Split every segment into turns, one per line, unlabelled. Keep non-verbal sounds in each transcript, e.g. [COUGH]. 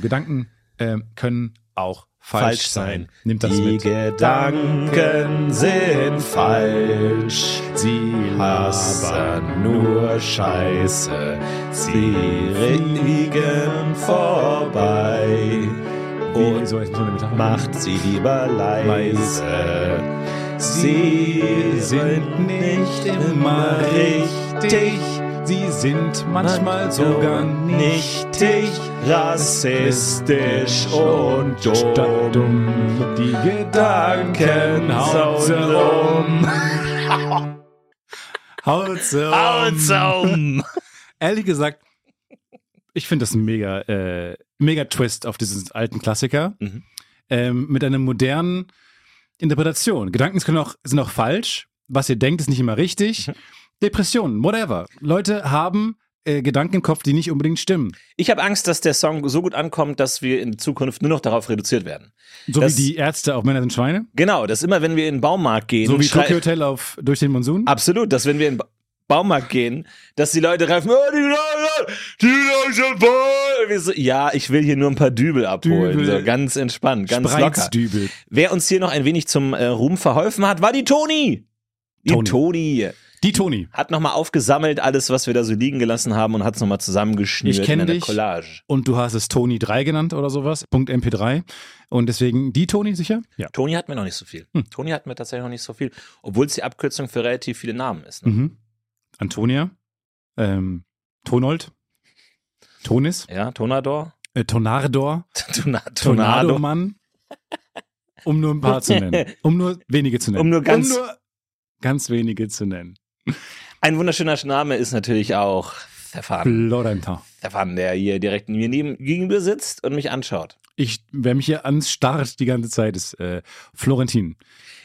Gedanken äh, können auch falsch,
Falsch
sein.
sein.
Nimmt das
Die
mit.
Gedanken sind falsch.
Sie
Hassen nur Scheiße. Sie regen vorbei.
Wie,
Und
so, so eine Metapher.
macht sie lieber leise. Sie sind nicht immer richtig.
Sie sind manchmal sogar nicht
nichtig, rassistisch und dumm.
dumm. um Die Gedanken hauen sie um. [LAUGHS] haut sie um.
um.
Ehrlich gesagt, ich finde das ein mega, äh, mega Twist auf diesen alten Klassiker.
Mhm.
Ähm, mit einer modernen Interpretation. Gedanken können auch, sind auch falsch. Was ihr denkt, ist nicht immer richtig.
Mhm.
Depressionen, whatever. Leute haben äh, Gedanken im Kopf, die nicht unbedingt stimmen.
Ich habe Angst, dass der Song so gut ankommt, dass wir in Zukunft nur noch darauf reduziert werden.
So
Das-
wie die Ärzte auf Männer sind Schweine.
Genau, dass immer, wenn wir in den Baumarkt gehen,
So wie
schrei-
Tokyo Hotel auf Durch den Monsun.
absolut, dass wenn wir in den Ba- Baumarkt gehen, dass die Leute reifen, oh, die Leute, die Leute wollen. Wir so, ja, ich will hier nur ein paar Dübel abholen,
Dübel.
so ganz entspannt, ganz locker.
Spreizübel.
Wer uns hier noch ein wenig zum äh, Ruhm verholfen hat, war die Toni. Die
Toni.
Toni,
Die Toni.
hat nochmal aufgesammelt alles, was wir da so liegen gelassen haben und hat es nochmal zusammengeschnürt
Ich kenn
in eine
dich.
Collage.
Und du hast es Toni 3 genannt oder sowas. Punkt MP3. Und deswegen die Toni sicher? Ja.
Toni hatten wir noch nicht so viel.
Hm.
Toni hatten wir tatsächlich noch nicht so viel, obwohl es die Abkürzung für relativ viele Namen ist. Ne?
Mhm. Antonia. Ähm, Tonold. Tonis.
Ja, Tonador, [LAUGHS]
Äh, Tonardor.
Tona- Tornado,
Tornadomann. Um nur ein paar zu
[LAUGHS]
nennen. Um nur wenige zu nennen.
Um nur ganz-
nur ganz wenige zu nennen.
Ein wunderschöner Name ist natürlich auch
Hm.
Stefan.
Florentin.
Stefan, der hier direkt mir neben, gegenüber sitzt und mich anschaut.
Ich, wer mich hier anstarrt die ganze Zeit, ist äh, Florentin.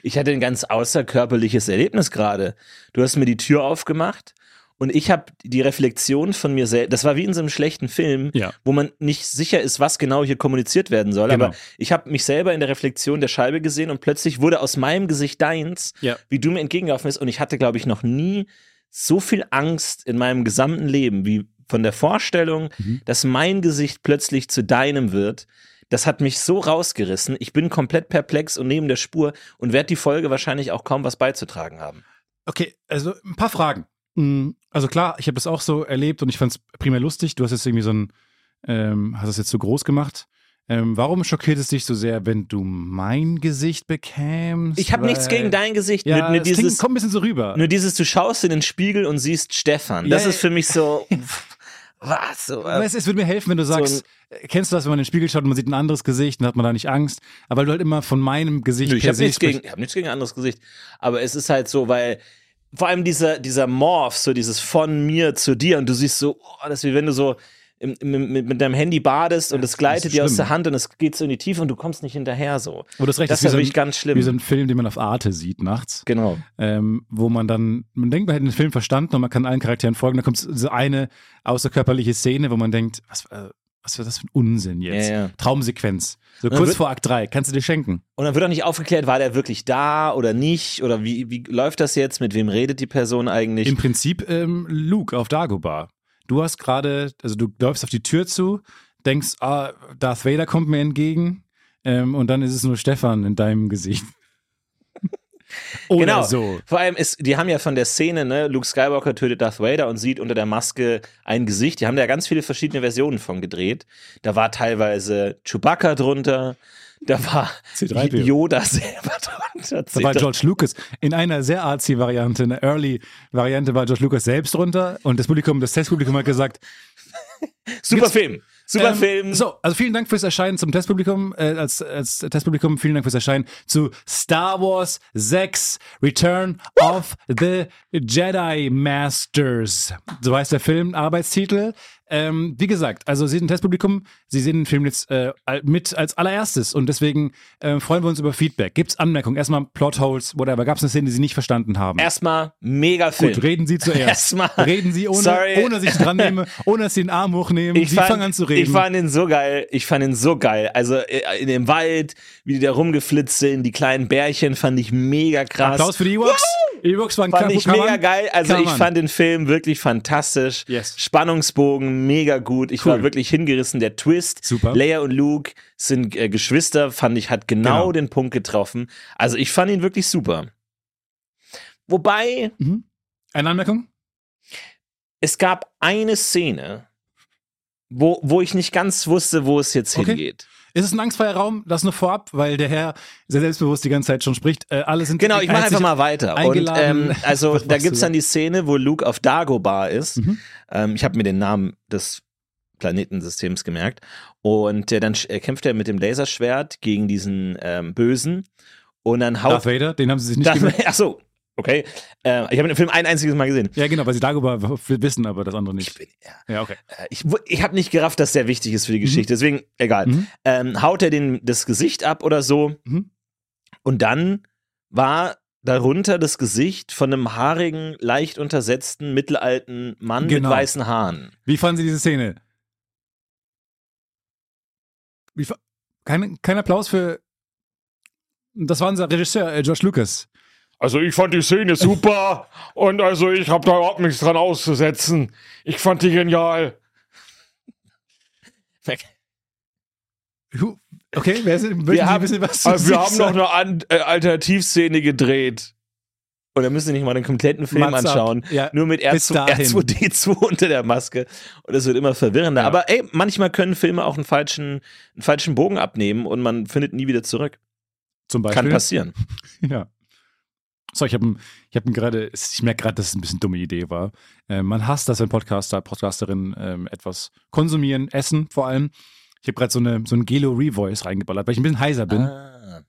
Ich hatte ein ganz außerkörperliches Erlebnis gerade. Du hast mir die Tür aufgemacht und ich habe die Reflexion von mir selbst. Das war wie in so einem schlechten Film,
Ja.
wo man nicht sicher ist, was genau hier kommuniziert werden soll.
Genau.
Aber ich habe mich selber in der Reflexion der Scheibe gesehen und plötzlich wurde aus meinem Gesicht deins,
Ja.
wie du mir entgegengelaufen bist. Und ich hatte, glaube ich, noch nie so viel Angst in meinem gesamten Leben wie von der Vorstellung,
Mhm.
dass mein Gesicht plötzlich zu deinem wird. Das hat mich so rausgerissen. Ich bin komplett perplex und neben der Spur und werde die Folge wahrscheinlich auch kaum was beizutragen haben.
Okay, also ein paar Fragen. Mm, Also klar, ich habe das auch so erlebt und ich fand es primär lustig. Du hast jetzt irgendwie so ein, ähm, hast es jetzt so groß gemacht. Ähm, warum schockiert es dich so sehr, wenn du mein Gesicht bekämst?
Ich habe nichts
Weil-
gegen dein Gesicht.
Ja,
nur, nur,
das klingt,
dieses,
kommt ein bisschen so rüber.
nur dieses, du schaust in den Spiegel und siehst Stefan. Das
Ja,
ist für mich so. pff, [LAUGHS] was? So,
Aber
äh,
es, es würde mir helfen, wenn du
ein-
sagst, äh, kennst du das, wenn man in den Spiegel schaut und man sieht ein anderes Gesicht und hat man da nicht Angst? Aber weil du halt immer von meinem Gesicht
nö, ich
per
habe
se
nichts, gegen-
sprichst.
ich hab nichts gegen ein anderes Gesicht. Aber es ist halt so, weil. Vor allem dieser, dieser Morph, so dieses von mir zu dir und du siehst so, oh, das ist wie wenn du so im, im, mit, mit deinem Handy badest und es gleitet dir aus
schlimm.
der Hand und es geht so in die Tiefe und du kommst nicht hinterher so.
Wo du hast recht,
Das
ist
ist
wie so
wirklich
ein,
ganz schlimm.
wie so ein Film, den man auf Arte sieht nachts.
genau.
ähm, wo man dann, man denkt, man hätte den Film verstanden und man kann allen Charakteren folgen. Da kommt so eine außerkörperliche Szene, wo man denkt, was, äh, was war das für ein Unsinn jetzt?
Ja, ja.
Traumsequenz. So
Dann
kurz
wird-
vor Akt 3, kannst du dir schenken.
Und dann wird auch nicht aufgeklärt, war der wirklich da oder nicht oder wie, wie läuft das jetzt, mit wem redet die Person eigentlich?
Im Prinzip ähm, Luke auf Dagobah. Du hast gerade, also du läufst auf die Tür zu, denkst, ah, Darth Vader kommt mir entgegen ähm, und dann ist es nur Stefan in deinem Gesicht. [LAUGHS] Oder
Genau.
so.
Vor allem ist, die haben ja von der Szene, ne, Luke Skywalker tötet Darth Vader und sieht unter der Maske ein Gesicht. Die haben da ganz viele verschiedene Versionen von gedreht. Da war teilweise Chewbacca drunter, da war
C3PO.
Yoda selber [LAUGHS] drunter.
Da war George Lucas in einer sehr artsy Variante, in der Early Variante war George Lucas selbst drunter und das Publikum, das Testpublikum hat gesagt,
Super Film, super
ähm,
Film.
So, also vielen Dank fürs Erscheinen zum Testpublikum, äh, als, als Testpublikum, vielen Dank fürs Erscheinen zu Star Wars 6 Return of the Jedi Masters. So heißt der Film, Arbeitstitel. Ähm, wie gesagt, also Sie sind Testpublikum, Sie sehen den Film jetzt äh, al- mit als allererstes und deswegen äh, freuen wir uns über Feedback. Gibt's Anmerkungen? Erstmal Plotholes, whatever. Gab's eine Szene, die Sie nicht verstanden haben?
Erstmal mega Film.
Gut, reden Sie zuerst.
[LAUGHS] Erstmal.
Reden Sie ohne,
Sorry.
ohne dass ich dran
[LAUGHS]
nehme, ohne dass Sie den Arm hochnehmen. Sie fangen an zu reden.
Ich fand ihn so geil. Ich fand ihn so geil. Also äh, in dem Wald, wie die da rumgeflitzt sind, die kleinen Bärchen fand ich mega krass.
Applaus für die Ewoks. E-Books waren
Fand
kann,
ich
kann
mega
man,
geil. Also
Kann
ich
man.
fand den Film wirklich fantastisch.
Yes.
Spannungsbogen mega gut. Ich
Cool.
war wirklich hingerissen. Der Twist.
Super.
Leia und Luke sind äh, Geschwister. Fand ich hat genau,
Genau.
den Punkt getroffen. Also ich fand ihn wirklich super. Wobei
Mhm. Eine Anmerkung?
es gab eine Szene, wo, wo ich nicht ganz wusste, wo es jetzt
Okay.
hingeht.
Ist es ein angstfreier Raum? Das nur vorab, weil der Herr sehr selbstbewusst die ganze Zeit schon spricht. Äh, alle sind
Genau, ich mache
herzlich-
einfach mal weiter. Und
eingeladen.
ähm,
[LAUGHS]
also
Was
da
machst
gibt's
du?
dann die Szene, wo Luke auf Dagobah ist.
Mhm.
Ähm, ich habe mir den Namen des Planetensystems gemerkt. Und äh, dann sch- äh, kämpft er mit dem Laserschwert gegen diesen ähm, Bösen. Und dann haut.
Darth Vader, den haben sie
[LAUGHS]
sich nicht
Darth-
gemerkt.
Ach so, okay. Äh, ich habe den Film ein einziges Mal gesehen.
Ja, genau, weil sie darüber wissen, aber das andere nicht. Ja, okay.
Äh, Ich, wu- ich habe nicht gerafft, dass der wichtig ist für die Geschichte. Deswegen, egal.
Mhm.
Ähm, haut er den, das Gesicht ab oder so.
Mhm.
Und dann war darunter das Gesicht von einem haarigen, leicht untersetzten, mittelalten Mann
Genau.
mit weißen Haaren.
Wie fanden Sie diese Szene? Wie fa- kein, kein Applaus für. Das war unser Regisseur, äh, George Lucas.
Also ich fand die Szene super und also ich habe da überhaupt nichts dran auszusetzen. Ich fand die genial.
Hu- Okay, wer ist, möchten Sie
haben-
wissen, was
Also wir
Sie
haben noch
sagen?
eine An äh, Alternativszene gedreht.
Und da müsst ihr nicht mal den kompletten Film
Mats ab.
anschauen.
Ja,
Nur mit
bis
R2,
dahin.
R2D2 unter der Maske. Und es wird immer verwirrender.
Ja.
Aber ey, manchmal können Filme auch einen falschen, einen falschen Bogen abnehmen und man findet nie wieder zurück.
zum Beispiel.
Kann passieren.
[LAUGHS] Ja. So, ich habe ich hab gerade, ich merke gerade, dass es ein bisschen dumme Idee war. Äh, man hasst das, wenn Podcaster, Podcasterinnen ähm, etwas konsumieren, essen vor allem. Ich habe gerade so, eine, so einen Gelo Revoice reingeballert, weil ich ein bisschen heiser bin.
Ah.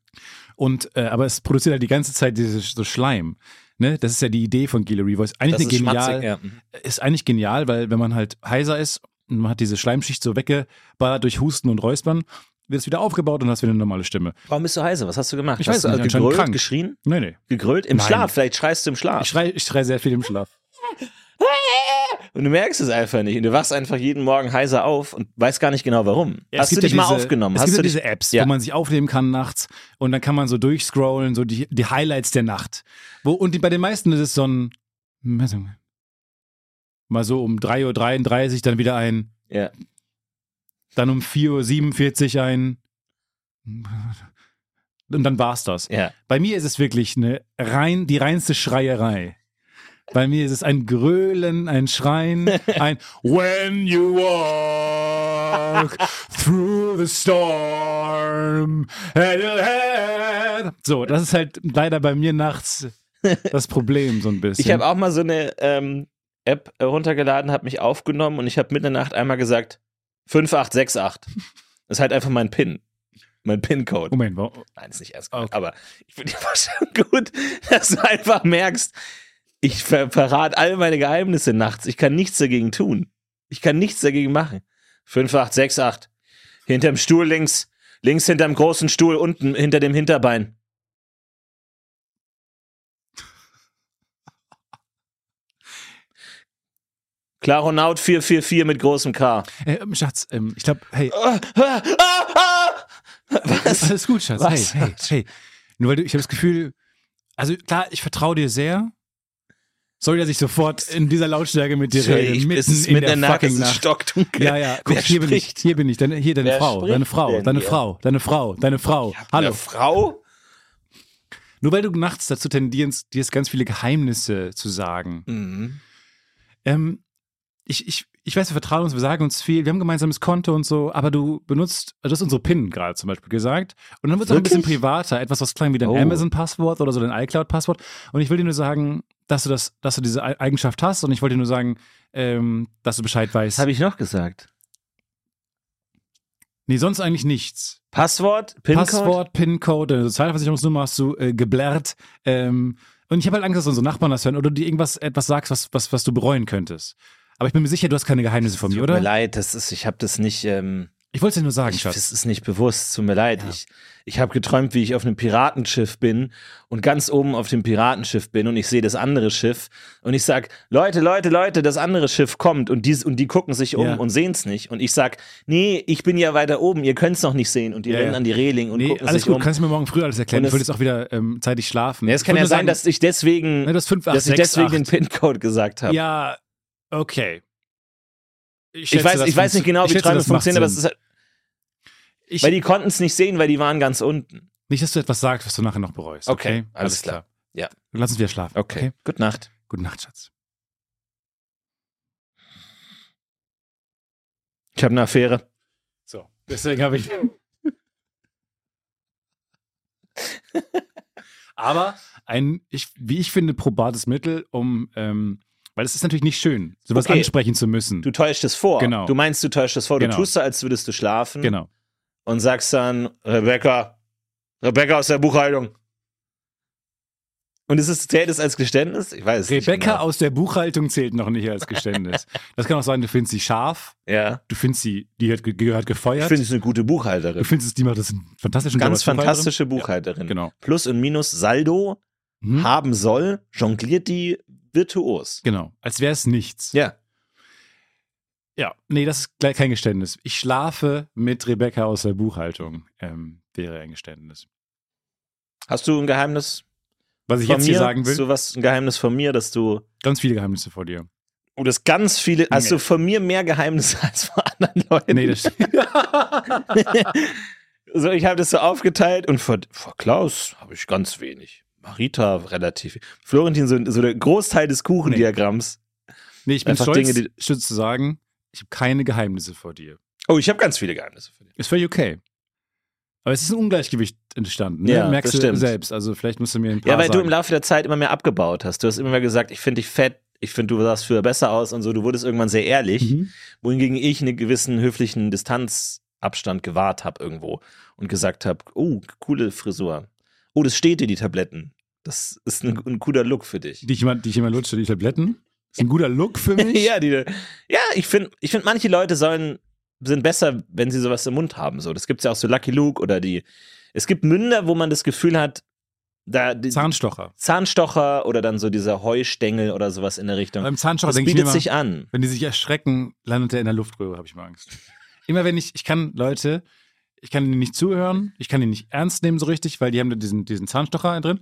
Und, äh, aber es produziert halt die ganze Zeit dieses so Schleim. Ne? Das ist ja die Idee von Gelo Revoice. Eigentlich
Das
eine
ist
genial,
schmatzig. Ja. mhm.
ist eigentlich genial, weil wenn man halt heiser ist und man hat diese Schleimschicht so weggeballert durch Husten und Räuspern, wird es wieder aufgebaut und hast wieder eine normale Stimme.
Warum bist du heiser? Was hast du gemacht?
Ich weiß
hast du
nicht, anscheinend
gegrölt,
krank.
geschrien?
Nee, nee.
Gegrölt? Im
Nein.
Schlaf. Vielleicht schreist du im
Ich
Schlaf.
schreie ich schrei sehr viel im Schlaf.
Und du merkst es einfach nicht. Und du wachst einfach jeden Morgen heiser auf und weißt gar nicht genau warum.
Ja, es
hast du
gibt
dich
ja
mal
diese-
aufgenommen?
Es
Hast
gibt
du
ja
dich
diese Apps,
Ja.
wo man sich aufnehmen kann nachts und dann kann man so durchscrollen, so die, die Highlights der Nacht. Wo, und die, bei den meisten ist es so ein mal so um 3.33 Uhr dann wieder ein,
Ja.
dann um 4.47 Uhr ein und dann war's das.
ja.
Bei mir ist es wirklich eine rein, die reinste Schreierei. Bei mir ist es ein Gröhlen, ein
[LAUGHS]
Schreien, ein When you walk through the storm and your head. So, das ist halt leider bei mir
[LAUGHS]
nachts das Problem so ein bisschen.
Ich habe auch mal so eine ähm, App runtergeladen, habe mich aufgenommen und ich habe Mitternacht einmal gesagt 5868. Das ist halt einfach mein PIN. Mein PIN-Code.
Moment, wa-
Nein, ist nicht ernst.
Okay.
gemeint, Aber ich finde die [LAUGHS] schon gut, dass du einfach merkst, ich ver verrate all meine Geheimnisse nachts. Ich kann nichts dagegen tun. Ich kann nichts dagegen machen. 5868. Hinterm Stuhl links. Links hinterm großen Stuhl, unten hinter dem Hinterbein. Klaronaut 444 mit großem K.
äh, Schatz, ähm, ich glaube, hey,
Ah, ah, ah, ah. Was?
alles gut, Schatz.
Was?
Hey, hey, hey. Nur weil du, ich habe das Gefühl, also klar, ich vertraue dir sehr. Sorry, dass ich sofort in dieser Lautstärke mit dir rede.
Ich-
mitten
es ist
in
mitten
der
in der Nacht, es
fucking
ist
Nacht.
stockdunkel.
Ja, ja, guck,
Wer
hier bin ich,
spricht?
hier bin ich, deine, hier deine
Wer
Frau,
spricht
deine Frau,
denn
deine
hier?
Frau, deine Frau, deine Frau. Hallo.
Eine Frau?
Nur weil du nachts dazu tendierst, dir ganz viele Geheimnisse zu sagen.
Mhm.
Ähm, ich, ich, ich weiß, wir vertrauen uns, wir sagen uns viel, wir haben gemeinsames Konto und so, aber du benutzt, also das ist unsere PIN gerade zum Beispiel gesagt. Und dann wird es auch ein bisschen
Wirklich?
privater, etwas, was klang wie dein
Oh.
Amazon-Passwort oder so dein iCloud-Passwort. Und ich will dir nur sagen, dass du das, dass du diese Ei- Eigenschaft hast und ich wollte dir nur sagen, ähm, dass du Bescheid
Was
weißt.
habe ich noch gesagt?
Nee, sonst eigentlich nichts.
Passwort, PIN-Code?
Passwort, PIN-Code, deine Sozialversicherungsnummer hast du äh, geblärt. Ähm, und ich habe halt Angst, dass unsere Nachbarn das hören oder du dir irgendwas etwas sagst, was, was, was du bereuen könntest. Aber ich bin mir sicher, du hast keine Geheimnisse von
Tut
mir,
mir
oder?
leid, das ist, ich habe das nicht. Ähm,
Ich wollte es dir nur sagen,
Ich,
Schatz.
es ist nicht bewusst, tut mir leid. Ich, ich habe geträumt, wie ich auf einem Piratenschiff bin und ganz oben auf dem Piratenschiff bin und ich sehe das andere Schiff und ich sag, Leute, Leute, Leute, das andere Schiff kommt und die, und die gucken sich um
Ja.
und sehen es nicht. Und ich sag, nee, ich bin ja weiter oben, ihr könnt es noch nicht sehen und die
Ja,
rennen
ja.
an die Reling und
Nee,
gucken
alles
sich
gut,
um.
kannst du mir morgen früh alles erklären.
Und
Ich würde
es-
jetzt auch wieder ähm, zeitig schlafen.
Ja, es
Ich
kann
wollte
ja
nur
sein, dass ich deswegen,
Ne, das ist 5, 8,
dass ich
6,
deswegen
8.
den PIN-Code gesagt habe.
Ja, okay.
ich weiß, ich weiß nicht genau, wie Träume funktionieren, aber es ist halt,
Ich-
weil die konnten es nicht sehen, weil die waren ganz unten.
Nicht, dass du etwas sagst, was du nachher noch bereust. Okay,
Okay, alles klar. Ja.
Dann lass uns wieder schlafen.
Okay. Gute Nacht.
Gute Nacht, Schatz.
Ich habe eine Affäre.
So, deswegen habe ich. [LAUGHS] aber ein, ich, wie ich finde, probates Mittel, um. Ähm, weil es ist natürlich nicht schön, sowas
Okay.
ansprechen zu müssen.
Du täuschst es vor.
Genau.
Du meinst, du täuschst es vor. Du
Genau.
tust so, als würdest du schlafen
genau.
und sagst dann, Rebecca, Rebecca aus der Buchhaltung. Und es ist, zählt es als Geständnis? Ich weiß es nicht.
Rebecca
genau.
aus der Buchhaltung zählt noch nicht als Geständnis.
[LAUGHS]
das kann auch sein, du findest sie scharf,
Ja.
du findest sie, die hat, ge- gehört
Ich
gefeuert.
finde, es eine gute
Du
Buchhalterin.
findest, es, die macht das einen fantastischen
Ganz
Job als Buchhalterin.
fantastische Buchhalterin.
Genau.
Plus und Minus Saldo
Mhm.
haben soll, jongliert die virtuos.
Genau. Als wäre es nichts.
Ja.
Ja, nee, das ist gleich kein Geständnis. Ich schlafe mit Rebecca aus der Buchhaltung, ähm, wäre ein Geständnis.
Hast du ein Geheimnis
Was ich
von
Also jetzt
mir?
hier sagen will,
Hast du was, ein Geheimnis von mir, dass du
ganz viele Geheimnisse vor
[LAUGHS]
dir.
Oh, das ganz viele, hast
Nee.
du von mir mehr Geheimnisse [LAUGHS] als von anderen Leuten?
Nee, das [LAUGHS]
so, ich habe das so aufgeteilt und vor, vor Klaus habe ich ganz wenig. Marita relativ. viel. Florentin, so, so der Großteil des Kuchendiagramms.
nee, ich bin
Einfach
stolz,
Dinge,
stolz zu sagen, ich habe keine Geheimnisse vor dir.
Oh, ich habe ganz viele Geheimnisse von dir.
Ist völlig okay. Aber es ist ein Ungleichgewicht entstanden. Ne?
Ja,
Merkst
das
du
stimmt.
selbst. Also vielleicht musst du mir ein paar
Ja, weil du im
sagen.
Laufe der Zeit immer mehr abgebaut hast. Du hast immer mehr gesagt, ich finde dich fett, ich finde, du sahst früher besser aus und so. Du wurdest irgendwann sehr ehrlich,
Mhm.
wohingegen ich einen gewissen höflichen Distanzabstand gewahrt habe irgendwo und gesagt habe, oh, coole Frisur. Oh, das steht dir, die Tabletten. Das ist ein, ein cooler Look für dich. [LAUGHS]
Die ich immer, die ich immer lutsche, die Tabletten. Ist ein guter Look für mich.
ja, die, ja, ich finde, ich find, manche Leute sollen, sind besser, wenn sie sowas im Mund haben. So, das gibt es ja auch so Lucky Luke oder die. Es gibt Münder, wo man das Gefühl hat, da die,
Zahnstocher.
Zahnstocher oder dann so dieser Heustängel oder sowas in der Richtung.
Beim Zahnstocher
Das
denke ich mir
bietet
immer,
sich an.
Wenn die sich erschrecken, landet er in der Luftröhre, habe ich mal Angst. Immer wenn ich, ich kann, Leute, ich kann ihnen nicht zuhören, ich kann ihn nicht ernst nehmen so richtig, weil die haben da diesen, diesen Zahnstocher drin.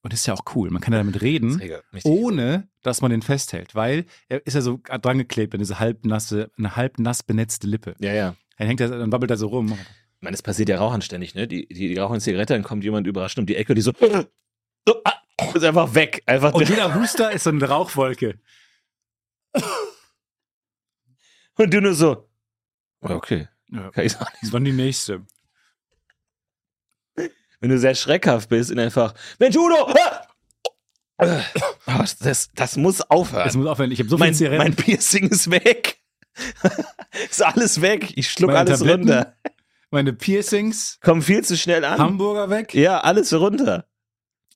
Und das ist ja auch cool. Man kann ja damit reden, ohne dass man den festhält, weil er ist ja so drangeklebt an diese halbnasse, eine halbnass benetzte Lippe.
Ja, ja.
Dann hängt er, dann wabbelt er so rum.
Ich meine, das passiert ja Rauchern ständig, ne? Die, die, die rauchen eine Zigarette, dann kommt jemand überrascht um die Ecke und die so. so ah, ist einfach weg. Einfach
Und
[LAUGHS] und,
jeder Huster ist so eine Rauchwolke.
und du nur so. "Ja, Okay.
Ja,
Kann ich sagen.
das war die nächste.
Wenn du sehr schreckhaft bist und einfach. Mensch, Udo! Ah! Ah, Das, das muss aufhören.
Es muss aufhören. Ich habe so viel
mein,
Zigaretten.
mein Piercing ist weg. [LAUGHS] ist alles weg. Ich schluck
Meine
alles
Tabletten?
runter.
meine Piercings,
Komm viel zu schnell an.
Hamburger weg.
Ja, alles runter.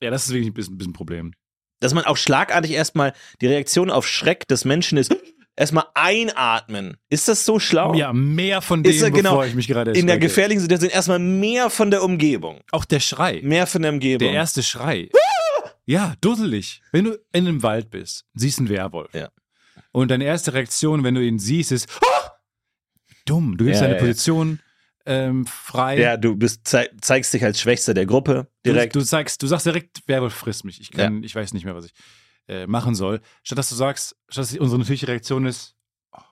Ja, das ist wirklich ein bisschen, bisschen ein Problem.
Dass man auch schlagartig erstmal die Reaktion auf Schreck des Menschen ist, erstmal einatmen. Ist das so schlau?
Ja, mehr von dem,
Ist er genau
bevor ich mich gerade
In der
erschrecke.
gefährlichen Situation erstmal mehr von der Umgebung.
Auch der Schrei.
Mehr von der Umgebung.
Der erste Schrei. [LAUGHS] Ja, dusselig. Wenn du in einem Wald bist, siehst einen Werwolf.
Ja.
Und deine erste Reaktion, wenn du ihn siehst, ist "Ah!" dumm. Du gibst
Ja,
deine
ja, ja.
Position ähm, frei.
ja, du bist, zei- zeigst dich als Schwächster der Gruppe
du,
direkt.
du sagst, du sagst direkt, Werwolf frisst mich. Ich kann, ich weiß nicht mehr, was ich äh, machen soll. Statt dass du sagst, statt dass unsere natürliche Reaktion ist, oh.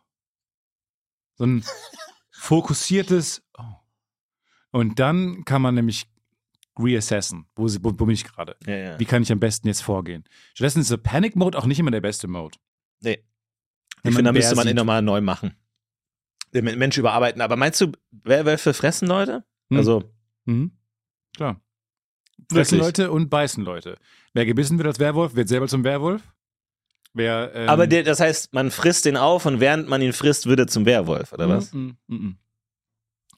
so
[LAUGHS]
ein fokussiertes. Oh. Und dann kann man nämlich reassessen, wo, sie- wo, wo bin ich gerade.
ja, ja.
Wie kann ich am besten jetzt vorgehen? Stattdessen ist der Panic Mode auch nicht immer der beste Mode.
Nee.
Wenn
Ich finde, da
einen Bär
müsste man ihn
sieht.
nochmal neu machen. Den Men- Mensch überarbeiten. Aber meinst du, Werwölfe fressen Leute?
Hm.
Also,
Mhm. Klar. Fressen
Wirklich?
Leute und beißen Leute. Wer gebissen wird als Werwolf, wird selber zum Werwolf. Wer, ähm,
aber der, das heißt, man frisst den auf und während man ihn frisst, wird er zum Werwolf, oder was?
Mm, mm, mm, mm.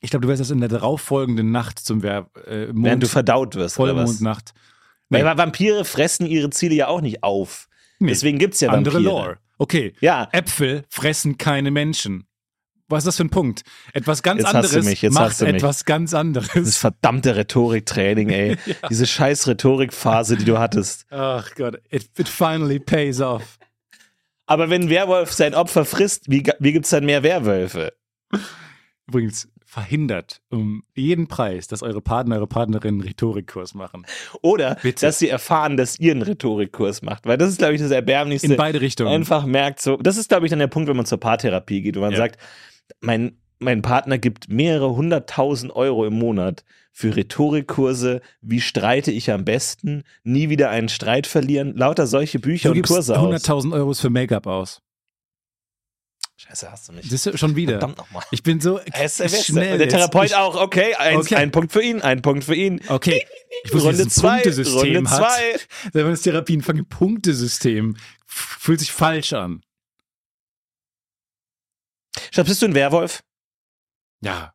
Ich glaube, du wirst das in der darauffolgenden Nacht zum Wer äh, Mond,
Während du verdaut wirst, oder was?
Vollmondnacht.
Weil Vampire fressen ihre Ziele ja auch nicht auf.
Nee,
Deswegen gibt es ja Vampire.
andere Lore. Okay,
Ja,
Äpfel fressen keine Menschen. Was ist das für ein Punkt? Etwas ganz
Jetzt hast du
anderes
mich, jetzt
macht
hast du mich.
etwas ganz
Das [LAUGHS]
anderes.
verdammte Rhetoriktraining, [LAUGHS] ey. Diese scheiß Rhetorikphase, die du hattest.
Ach Gott, it, it finally pays off.
Aber wenn ein Werwolf sein Opfer frisst, wie, ga- wie gibt's dann mehr Werwölfe?
Übrigens, verhindert um jeden Preis, dass eure Partner, eure Partnerinnen einen Rhetorikkurs machen.
Oder
Bitte.
dass sie erfahren, dass ihr einen Rhetorikkurs macht. Weil das ist, glaube ich, das Erbärmlichste.
In beide Richtungen.
Einfach merkt so, das ist, glaube ich, dann der Punkt, wenn man zur Paartherapie geht, wo man
Ja.
sagt, mein, mein Partner gibt mehrere hunderttausend Euro im Monat für Rhetorikkurse, wie streite ich am besten, nie wieder einen Streit verlieren, lauter solche Bücher
Du
und
gibst
Kurse aus.
100.000 Euro für Make-up aus.
Scheiße, hast du mich.
Das ist schon wieder.
Verdammt nochmal.
Ich bin so
Es-
k-
es-
schnell.
Und der
jetzt.
Therapeut auch, okay, eins,
Okay.
ein Punkt für ihn, ein Punkt für ihn.
Ich, okay. Ich wusste,
Runde
dass es ein
zwei,
Punktesystem
Runde
hat.
zwei.
Wenn man das Therapien fängt, Punktesystem f- fühlt sich falsch an.
Schatz, bist du ein Werwolf?
Ja.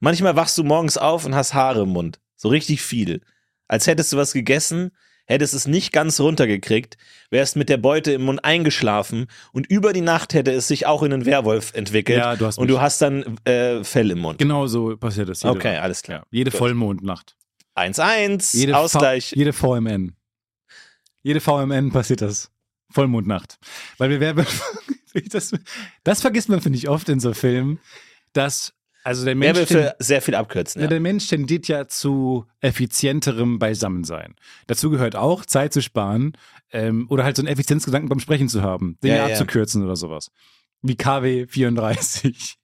Manchmal wachst du morgens auf und hast Haare im Mund. So richtig viel. Als hättest du was gegessen, hättest es nicht ganz runtergekriegt, wärst mit der Beute im Mund eingeschlafen und über die Nacht hätte es sich auch in einen Werwolf entwickelt.
Ja, du hast
und du
mich.
hast dann äh, Fell im Mund.
Genau so passiert das. jede
Okay, alles klar.
Ja, jede
Gut.
Vollmondnacht.
1-1,
Jede
Ausgleich.
V jede VMN. Jede VMN passiert das. Vollmondnacht. Weil wir werden. [LAUGHS] Das, das vergisst man, finde ich, oft in so Filmen, dass. Also der Mensch.
Werwölfe sehr viel abkürzen.
Ja.
Ja.
Der Mensch tendiert ja zu effizienterem Beisammensein. Dazu gehört auch, Zeit zu sparen ähm, oder halt so einen Effizienzgedanken beim Sprechen zu haben, den
Ja,
ja,
ja.
abzukürzen oder sowas. Wie KW 34.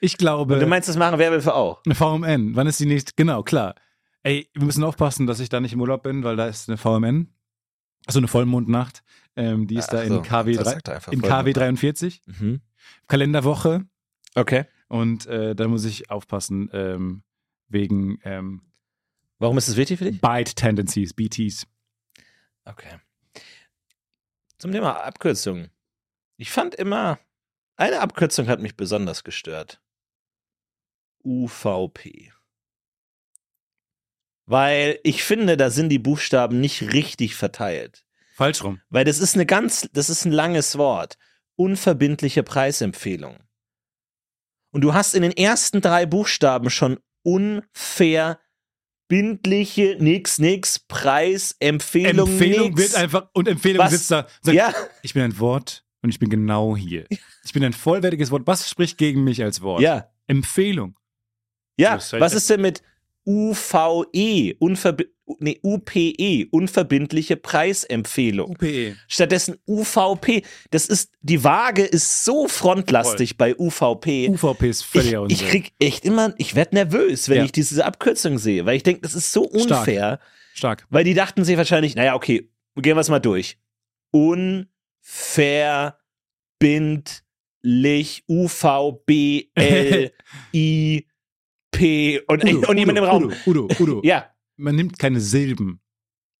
Ich glaube,
Du meinst, das machen Werwölfe auch?
eine VMN. Wann ist die nächste? Genau, klar. Ey, wir müssen aufpassen, dass ich da nicht im Urlaub bin, weil da ist eine VMN. Also eine Vollmondnacht. Ähm, die ist da in KW, drei- in KW 43,
Mhm.
Kalenderwoche.
Okay.
Und äh, da muss ich aufpassen, ähm, wegen ähm,
Warum ist das wichtig für dich?
Bite Tendencies, BTs.
Okay. Zum Thema Abkürzungen. Ich fand immer, eine Abkürzung hat mich besonders gestört. UVP. Weil ich finde, da sind die Buchstaben nicht richtig verteilt.
Falsch rum.
Weil das ist eine ganz, das ist ein langes Wort. Unverbindliche Preisempfehlung. Und du hast in den ersten drei Buchstaben schon unverbindliche nix, nix, Preisempfehlung.
Empfehlung
nix.
wird einfach, und Empfehlung
Was?
sitzt da. und Sagt,
ja,
Ich bin ein Wort und ich bin genau hier. Ich bin ein vollwertiges Wort. Was spricht gegen mich als Wort?
ja,
Empfehlung.
ja.
Das heißt-
Was ist denn mit UVE, unverbi nee, UPE, unverbindliche Preisempfehlung?
UPE.
Stattdessen UVP. Das ist, die Waage ist so frontlastig bei UVP.
UVP ist
ich,
völliger
ich
Unsinn.
krieg echt immer, ich werd nervös, wenn
Ja.
ich diese Abkürzung sehe, weil ich denke, das ist so
Stark.
unfair,
Stark.
weil die dachten sich wahrscheinlich, naja, okay, gehen wir es mal durch. Unverbindlich U V B L I P und, [LAUGHS] und jemand im Raum.
Udo, Udo, Udo.
Ja,
Man nimmt keine Silben.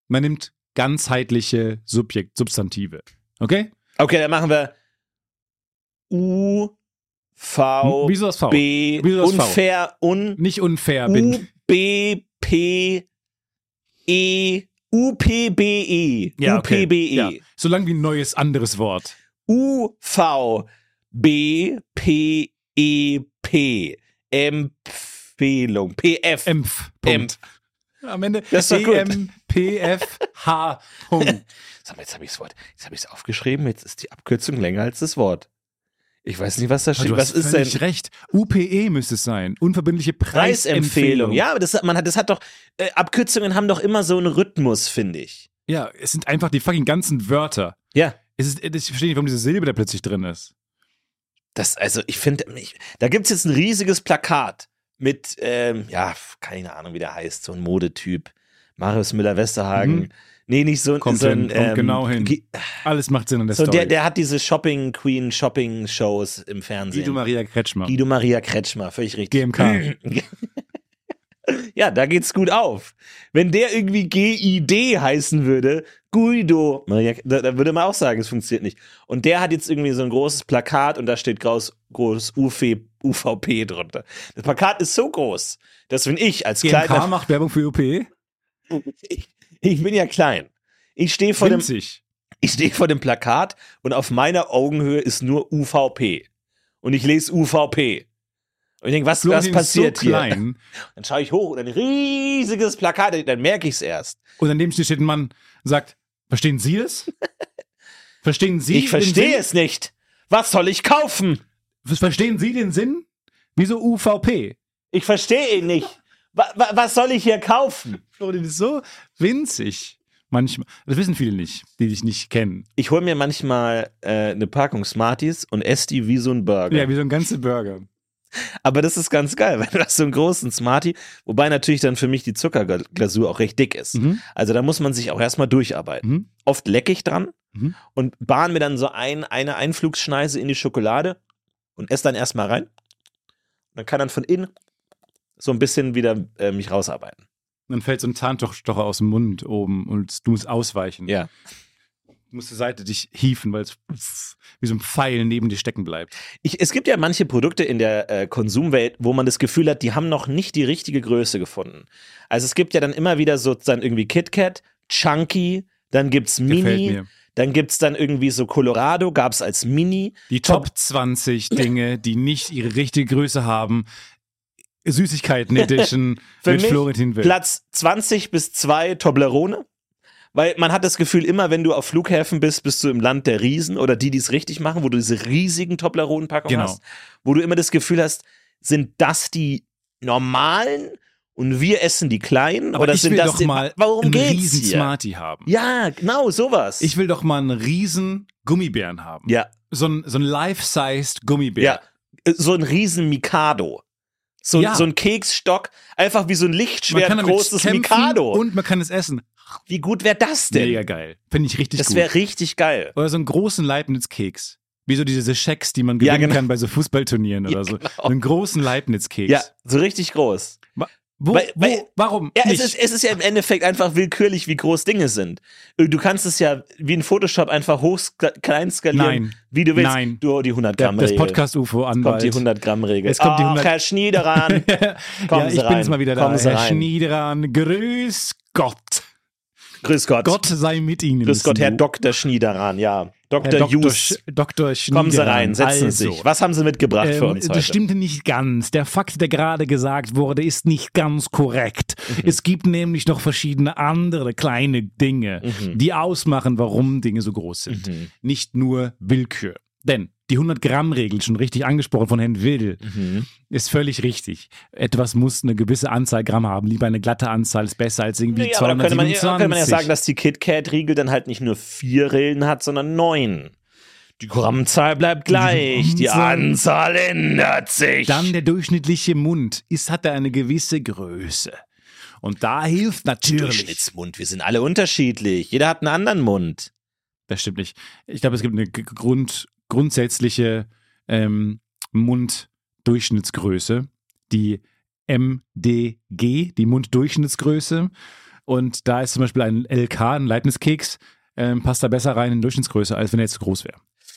Man nimmt ganzheitliche Subjekt, Substantive. Okay?
okay, dann machen wir U V
Wieso das V?
B
Wieso das V?
unfair un
Nicht unfair
U
bin.
B P E U P B E
Ja,
U P
okay.
B
Ja.
E
Solange wie ein neues anderes Wort.
U V B P E P Empfehlung P F
Empf. Punkt. Am Ende E,
Das ist doch gut.
EMPFH. Punkt.
Sag mal, jetzt habe ich das Wort. Jetzt habe ich es aufgeschrieben. Jetzt ist die Abkürzung länger als das Wort. Ich weiß nicht, [LAUGHS] was da steht.
Du
Was
hast
ist denn
völlig recht. UPE müsste es sein. Unverbindliche Preisempfehlung.
Preisempfehlung? Ja, aber das hat, man hat, das hat doch äh, Abkürzungen haben doch immer so einen Rhythmus, finde ich.
ja, es sind einfach die fucking ganzen Wörter.
Ja.
Es ist, ich verstehe nicht, warum diese Silbe da plötzlich drin ist.
Das, also ich finde, ich- da gibt es jetzt ein riesiges Plakat mit, ähm, ja, f- keine Ahnung, wie der heißt, so ein Modetyp. Marius Müller-Westerhagen.
Mhm.
Nee, nicht so, ein-
Kommt
so ein.
hin, kommt genau hin.
Ge-
Alles macht Sinn in der
So,
Story.
der, der hat diese Shopping Queen Shopping Shows im Fernsehen.
Guido Maria Kretschmer.
Guido Maria Kretschmer, völlig richtig.
GMK.
[LAUGHS] ja, da geht's gut auf. Wenn der irgendwie GID heißen würde, Guido, Maria, da, da würde man auch sagen, es funktioniert nicht. Und der hat jetzt irgendwie so ein großes Plakat und da steht groß, groß E, UV, UVP drunter. Das Plakat ist so groß, dass wenn ich als
GMK
kleiner,
macht Werbung für UPE.
[LAUGHS] ich, ich bin ja klein, ich stehe vor dem
Winzig.
ich stehe vor dem Plakat und auf meiner Augenhöhe ist nur UVP. und ich lese UVP. Und ich denke, was,
Florentin
was
ist
passiert
so
hier?
klein.
Dann schaue ich hoch und ein riesiges Plakat, dann merke ich es erst.
Und daneben steht ein Mann, sagt, verstehen Sie
[LAUGHS]
es? Verstehen Sie
Ich
den
verstehe
Sinn?
es nicht. Was soll ich kaufen?
Verstehen Sie den Sinn? Wieso UVP?
Ich verstehe ihn nicht. Wa- wa- was soll ich hier kaufen?
Florentin ist so winzig. Manchmal. Das wissen viele nicht, die dich nicht kennen.
Ich hole mir manchmal äh, eine Packung Smarties und esse die wie so ein Burger.
Ja, wie so ein ganzer Burger.
Aber das ist ganz geil, [LAUGHS] weil du hast so einen großen Smartie, wobei natürlich dann für mich die Zuckerglasur auch recht dick ist.
Mhm.
Also da muss man sich auch erstmal durcharbeiten.
Mhm.
Oft lecke ich dran
Mhm.
und bahne mir dann so ein, eine Einflugsschneise in die Schokolade und esse dann erstmal rein. Und dann kann dann von innen so ein bisschen wieder äh, mich rausarbeiten.
Und dann fällt so ein Zahnstocher aus dem Mund oben und du musst ausweichen.
Ja.
Du musst zur Seite dich hieven, weil es wie so ein Pfeil neben dir stecken bleibt.
Ich, es gibt ja manche Produkte in der äh, Konsumwelt, wo man das Gefühl hat, die haben noch nicht die richtige Größe gefunden. Also es gibt ja dann immer wieder so dann irgendwie KitKat, Chunky, dann gibt's
Gefällt
Mini,
mir.
dann gibt's dann irgendwie so Colorado, gab's als Mini.
Die Top 20 Dinge, die nicht ihre richtige Größe haben.
[LAUGHS]
Süßigkeiten Edition
Für
mit
mich
Florentin Will.
Platz 20 bis 2 Toblerone. Weil man hat das Gefühl, immer wenn du auf Flughäfen bist, bist du im Land der Riesen oder die, die es richtig machen, wo du diese riesigen Toblerone-Packungen
Genau.
hast, wo du immer das Gefühl hast, sind das die normalen und wir essen die kleinen
Aber
oder
ich
sind
will
das
doch
die,
mal
warum
einen
geht's
riesen
hier?
Smartie haben.
Ja, genau sowas.
Ich will doch mal einen riesen Gummibären haben.
ja,
So ein, so ein life-sized Gummibär.
ja, Äh, so ein riesen Mikado. So,
Ja.
so ein Keksstock, einfach wie so ein
Man
Lichtschwert
kann damit
großes
kämpfen
Mikado.
und man kann es essen.
wie gut wäre das denn?
Mega geil. Finde ich richtig
das
gut.
wäre richtig geil.
Oder so einen großen Leibniz-Keks. Wie so diese Schecks, die man
Ja,
gewinnen
genau.
kann bei so Fußballturnieren
Ja,
oder so.
genau.
So einen großen Leibniz-Keks.
Ja, so richtig groß.
Wo,
Weil- weil-
wo, warum?
Ja, es
nicht?
ist, es ist ja im Endeffekt einfach willkürlich, wie groß Dinge sind. Äh, Du kannst es ja wie in Photoshop einfach hoch skla- klein skalieren,
Nein.
wie du willst.
Nein.
Du, die 100
Der-
Gramm
das
Regel.
Podcast-UFO an.
kommt die 100 Gramm Regel.
Es kommt die 100
Ach, Herr Schniederan.
[LAUGHS] ja,
Sie
ich
rein.
bin's mal wieder da.
Kommen Sie
Herr
rein.
Schniederan, grüß Gott.
Grüß Gott.
Gott sei mit Ihnen.
Grüß Gott, Herr
Dr.
Dr. Schniederan, ja.
Herr
Dr.
Dr.
Jus.
Sch- Dr. Schniederan.
Kommen Sie rein, setzen Sie
also,
sich. Was haben Sie mitgebracht für
Ähm,
uns heute?
das stimmte nicht ganz. Der Fakt, der gerade gesagt wurde, ist nicht ganz korrekt.
Mhm.
Es gibt nämlich noch verschiedene andere kleine Dinge,
Mhm.
die ausmachen, warum Dinge so groß sind. Nicht nur Willkür. Denn die 100-Gramm-Regel, schon richtig angesprochen von Herrn Will,
Mhm.
ist völlig richtig. Etwas muss eine gewisse Anzahl Gramm haben. Lieber eine glatte Anzahl ist besser als irgendwie
Nee, aber da könnte man, ja-
227.
könnte man ja sagen, dass die KitKat-Riegel dann halt nicht nur vier Rillen hat, sondern neun. Die Grammzahl bleibt gleich, die
Grammzahl-
Anzahl ändert sich.
Dann der durchschnittliche Mund ist, hat er eine gewisse Größe. Und da hilft natürlich
Durchschnittsmund, wir sind alle unterschiedlich. Jeder hat einen anderen Mund.
Das stimmt nicht. Ich glaube, es gibt eine g- Grund, grundsätzliche ähm, Munddurchschnittsgröße, die MDG, die Munddurchschnittsgröße. Und da ist zum Beispiel ein LK, ein Leibniz-Keks, ähm, passt da besser rein in Durchschnittsgröße, als wenn er jetzt zu groß wäre.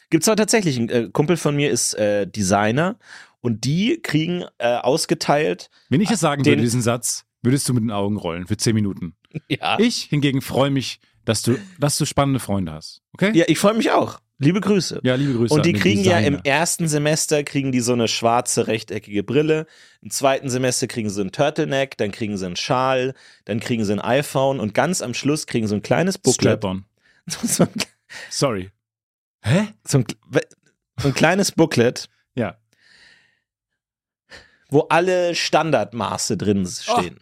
Gibt's auch tatsächlich, ein äh, Kumpel von mir ist äh, Designer und die kriegen äh, ausgeteilt.
Wenn ich das sagen
Ah, Den-
würde, diesen Satz, würdest du mit den Augen rollen für 10 Minuten.
Ja.
Ich hingegen freue mich, dass du, dass du spannende Freunde hast. Okay?
Ja, ich freue mich auch. Liebe Grüße.
Ja, liebe Grüße.
Und die
an den
kriegen ja im
Designer.
ersten Semester kriegen die so eine schwarze rechteckige Brille, im zweiten Semester kriegen sie einen Turtleneck, dann kriegen sie einen Schal, dann kriegen sie ein iPhone und ganz am Schluss kriegen sie ein kleines Booklet. [LAUGHS]
Strap-on.
So ein,
Sorry. Hä?
so ein, so ein kleines Booklet,
Ja.
wo alle Standardmaße drin
Oh.
stehen.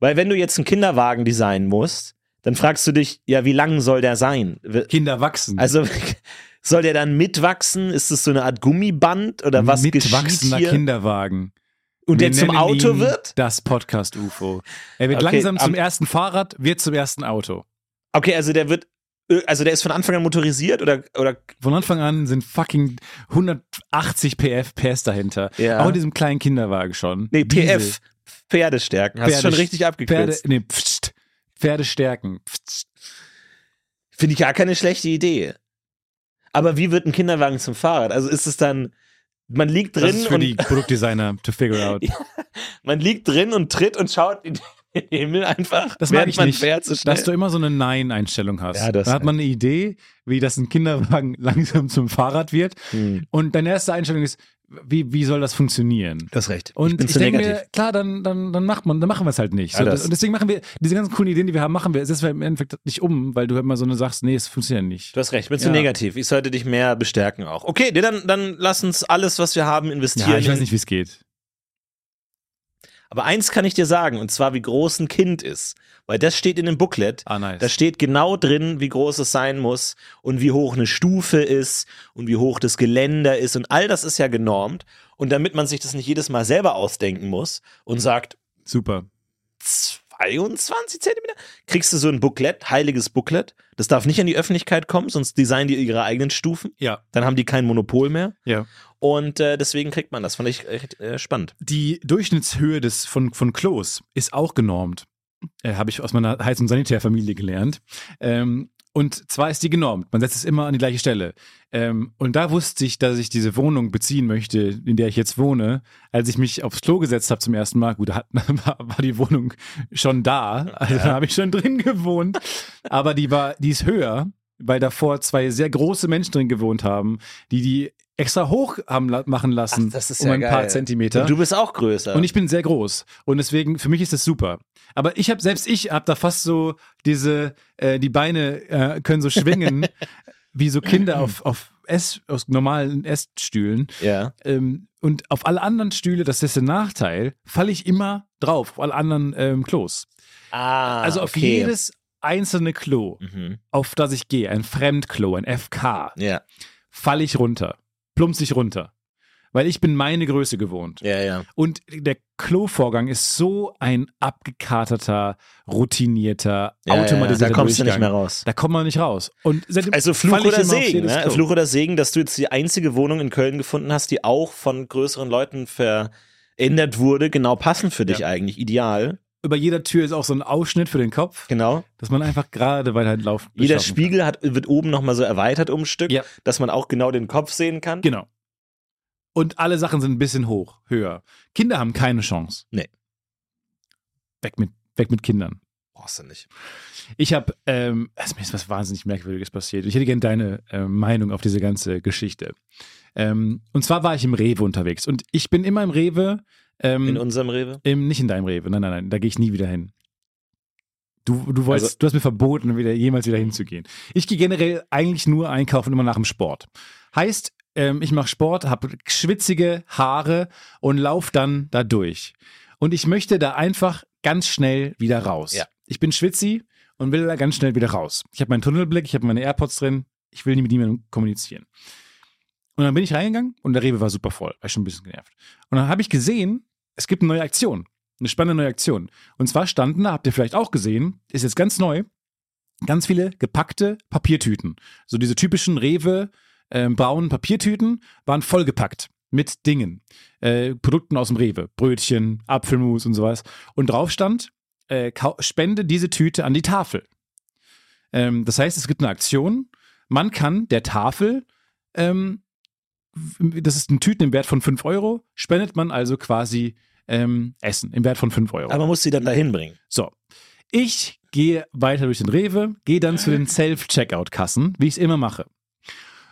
Weil wenn du jetzt einen Kinderwagen designen musst, dann fragst du dich, ja, wie lang soll der sein? W-
Kinder wachsen.
Also [LAUGHS] soll der dann mitwachsen? Ist das so eine Art Gummiband oder was geschieht
Mitwachsender
hier?
Kinderwagen.
und der
Wir
zum
nennen
Auto
ihn
wird?
Das Podcast-UFO. Er wird
Okay,
langsam zum
am-
ersten Fahrrad, wird zum ersten Auto.
Okay, also der wird, äh, also der ist von Anfang an motorisiert oder, oder
Von Anfang an sind fucking 180 PF PS dahinter.
Ja.
Auch in diesem kleinen Kinderwagen schon.
nee,
Diesel,
PF, Pferdestärken. Hast du schon
Pferde-
richtig
Pferde,
abgekürzt.
nee, pfst, Pferde stärken. Pfst.
Finde ich gar keine schlechte Idee. Aber wie wird ein Kinderwagen zum Fahrrad? Also ist es dann, man liegt
Das ist
drin
für die
und
Produktdesigner to figure out.
[LAUGHS] man liegt drin und tritt und schaut in den Himmel einfach,
Das mag
während
ich
man
nicht,
fährt so schnell.
Dass du immer so eine Nein-Einstellung hast.
Ja, das-
Dann hat man eine Idee, wie das ein Kinderwagen [LAUGHS] langsam zum Fahrrad wird.
Hm.
Und deine erste Einstellung ist, wie, wie soll das funktionieren?
Du hast recht.
Und
ich bin
ich
zu
denke
negativ.
mir, klar, dann, dann, dann macht man, dann machen wir es halt nicht. So,
Ja, das-
das, und deswegen machen wir diese ganzen coolen Ideen, die wir haben, machen wir. Es ist im Endeffekt nicht um, weil du halt immer so eine sagst, nee, es funktioniert nicht.
Du hast recht, ich bin zu
Ja.
negativ. Ich sollte dich mehr bestärken auch. Okay, nee, dann, dann lass uns alles, was wir haben, investieren.
Ja, ich weiß nicht, wie es geht.
Aber eins kann ich dir sagen, und zwar wie groß ein Kind ist. Weil das steht in dem Booklet.
Ah, nice.
Da steht genau drin, wie groß es sein muss und wie hoch eine Stufe ist und wie hoch das Geländer ist. Und all das ist ja genormt. Und damit man sich das nicht jedes Mal selber ausdenken muss und sagt,
Super.
22 Zentimeter, kriegst du so ein Booklet, heiliges Booklet. Das darf nicht an die Öffentlichkeit kommen, sonst designen die ihre eigenen Stufen.
Ja,
Dann haben die kein Monopol mehr.
ja.
Und äh, deswegen kriegt man das. Fand ich echt äh, spannend.
Die Durchschnittshöhe des, von, von Klos ist auch genormt. Äh, Habe ich aus meiner Heiz- und Sanitärfamilie gelernt. Ähm, und zwar ist die genormt. Man setzt es immer an die gleiche Stelle. Ähm, und da wusste ich, dass ich diese Wohnung beziehen möchte, in der ich jetzt wohne. Als ich mich aufs Klo gesetzt habe zum ersten Mal, gut, da hat, [LAUGHS] war, war die Wohnung schon da. Also da habe ich schon drin gewohnt. Aber die, war, die ist höher, weil davor zwei sehr große Menschen drin gewohnt haben, die die extra hoch haben la machen lassen,
Ach, das ist
um
ja
ein paar
geil.
Zentimeter.
Und du bist auch größer.
Und ich bin sehr groß. Und deswegen, für mich ist das super. Aber ich habe, selbst ich habe da fast so diese, äh, die Beine äh, können
[LAUGHS]
so schwingen, wie so Kinder auf, auf Ess, aus normalen Essstühlen.
ja.
Ähm, und auf alle anderen Stühle, das ist der Nachteil, falle ich immer drauf, auf alle anderen ähm, Klos.
Ah,
also auf
okay.
jedes einzelne Klo,
Mhm.
auf das ich gehe, ein Fremdklo, ein FK,
Ja,
falle ich runter, plumpse ich runter. Weil ich bin meine Größe gewohnt.
ja, ja.
Und der Klovorgang ist so ein abgekaterter, routinierter,
ja
automatisierter
ja, da kommst du
Durchgang.
nicht mehr raus.
Da kommt man nicht raus. Und seitdem
Also Fluch
fall ich
oder
immer auf
Segen,
jedes
ne?
Klo.
Fluch oder Segen, dass du jetzt die einzige Wohnung in Köln gefunden hast, die auch von größeren Leuten verändert wurde. Genau passend für dich
Ja.
eigentlich. Ideal.
Über jeder Tür ist auch so ein Ausschnitt für den Kopf,
Genau.
dass man einfach gerade weiter halt laufen
Jeder
schaffen
Spiegel hat, wird oben nochmal so erweitert um ein Stück,
Ja.
dass man auch genau den Kopf sehen kann.
Kann. Genau. Und alle Sachen sind ein bisschen hoch, höher. Kinder haben keine Chance.
Nee.
Weg mit, weg mit Kindern.
Brauchst du nicht.
Ich habe, ähm, also mir ist was wahnsinnig Merkwürdiges passiert. Ich hätte gerne deine äh, Meinung auf diese ganze Geschichte. Ähm, und zwar war ich im Rewe unterwegs und ich bin immer im Rewe, ähm,
In unserem Rewe.
im, nicht in deinem Rewe, nein, nein, nein, da gehe ich nie wieder hin. Du, du, wolltest,
Also-
du hast mir verboten, wieder, jemals wieder hinzugehen. Ich gehe generell eigentlich nur einkaufen, immer nach dem Sport. Heißt, ähm, ich mache Sport, habe schwitzige Haare und laufe dann da durch. Und ich möchte da einfach ganz schnell wieder raus.
Ja.
Ich bin schwitzi und will da ganz schnell wieder raus. Ich habe meinen Tunnelblick, ich habe meine AirPods drin, ich will nie mit niemandem kommunizieren. Und dann bin ich reingegangen und der Rewe war super voll, war ich schon ein bisschen genervt. Und dann habe ich gesehen, es gibt eine neue Aktion, eine spannende neue Aktion. Und zwar standen da, habt ihr vielleicht auch gesehen, ist jetzt ganz neu, ganz viele gepackte Papiertüten. So diese typischen Rewe ähm, braunen Papiertüten waren vollgepackt mit Dingen, äh, Produkten aus dem Rewe, Brötchen, Apfelmus und sowas. Und drauf stand, äh, kau- spende diese Tüte an die Tafel. Ähm, das heißt, es gibt eine Aktion. Man kann der Tafel, ähm, w- das ist ein Tüten im Wert von 5 Euro, spendet man also quasi ähm, Essen im Wert von 5 Euro.
Aber man muss sie dann dahin bringen.
So. Ich gehe weiter durch den Rewe, gehe dann zu den
[LAUGHS]
Self-Checkout-Kassen, wie ich es immer mache.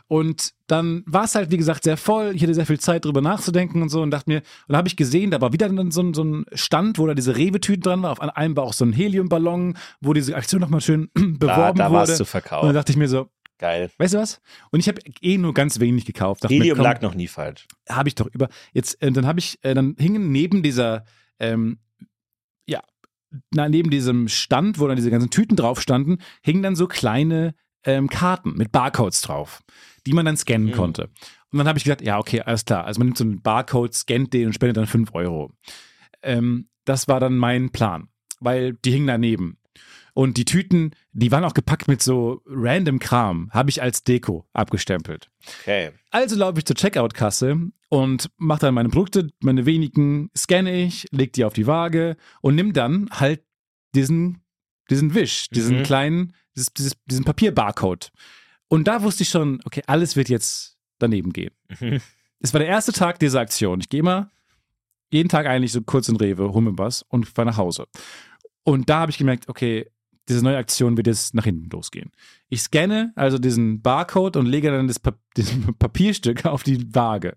Und dann war es halt, wie gesagt, sehr voll. Ich hatte sehr viel Zeit, drüber nachzudenken und so und dachte mir, und da habe ich gesehen, da war wieder dann so, ein- so ein Stand, wo da diese Rewe-Tüten dran war. Auf einem war auch so ein Heliumballon, wo diese Aktion nochmal schön [CLEARS THROAT]
Da,
beworben
da
wurde.
warst du
und dann
verkauft.
dachte ich mir so,
Geil.
weißt du was? Und ich habe eh nur ganz wenig gekauft. Dachte mir,
Helium
komm,
lag noch nie falsch.
habe ich doch über. Jetzt, äh, dann habe ich, äh, dann hingen neben dieser, ähm, ja, na, neben diesem Stand, wo dann diese ganzen Tüten drauf standen, hingen dann so kleine ähm, Karten mit Barcodes drauf, die man dann scannen
Mhm.
konnte. Und dann habe ich gesagt, ja, okay, alles klar. Also man nimmt so einen Barcode, scannt den und spendet dann 5 Euro. Ähm, das war dann mein Plan, weil die hingen daneben. Und die Tüten, die waren auch gepackt mit so random Kram, habe ich als Deko abgestempelt.
Okay.
Also laufe ich zur Checkout-Kasse und mache dann meine Produkte, meine wenigen, scanne ich, leg die auf die Waage und nimm dann halt diesen, diesen Wisch, diesen
Mhm.
kleinen, dieses, dieses, diesen Papierbarcode. Und da wusste ich schon, okay, alles wird jetzt daneben gehen.
Mhm.
Es war der erste Tag dieser Aktion. Ich gehe immer jeden Tag eigentlich so kurz in Rewe, hol mir was und fahre nach Hause. Und da habe ich gemerkt, okay, diese neue Aktion wird jetzt nach hinten losgehen. Ich scanne [LAUGHS] also diesen Barcode und lege dann das Pap diesen Papierstück auf die Waage.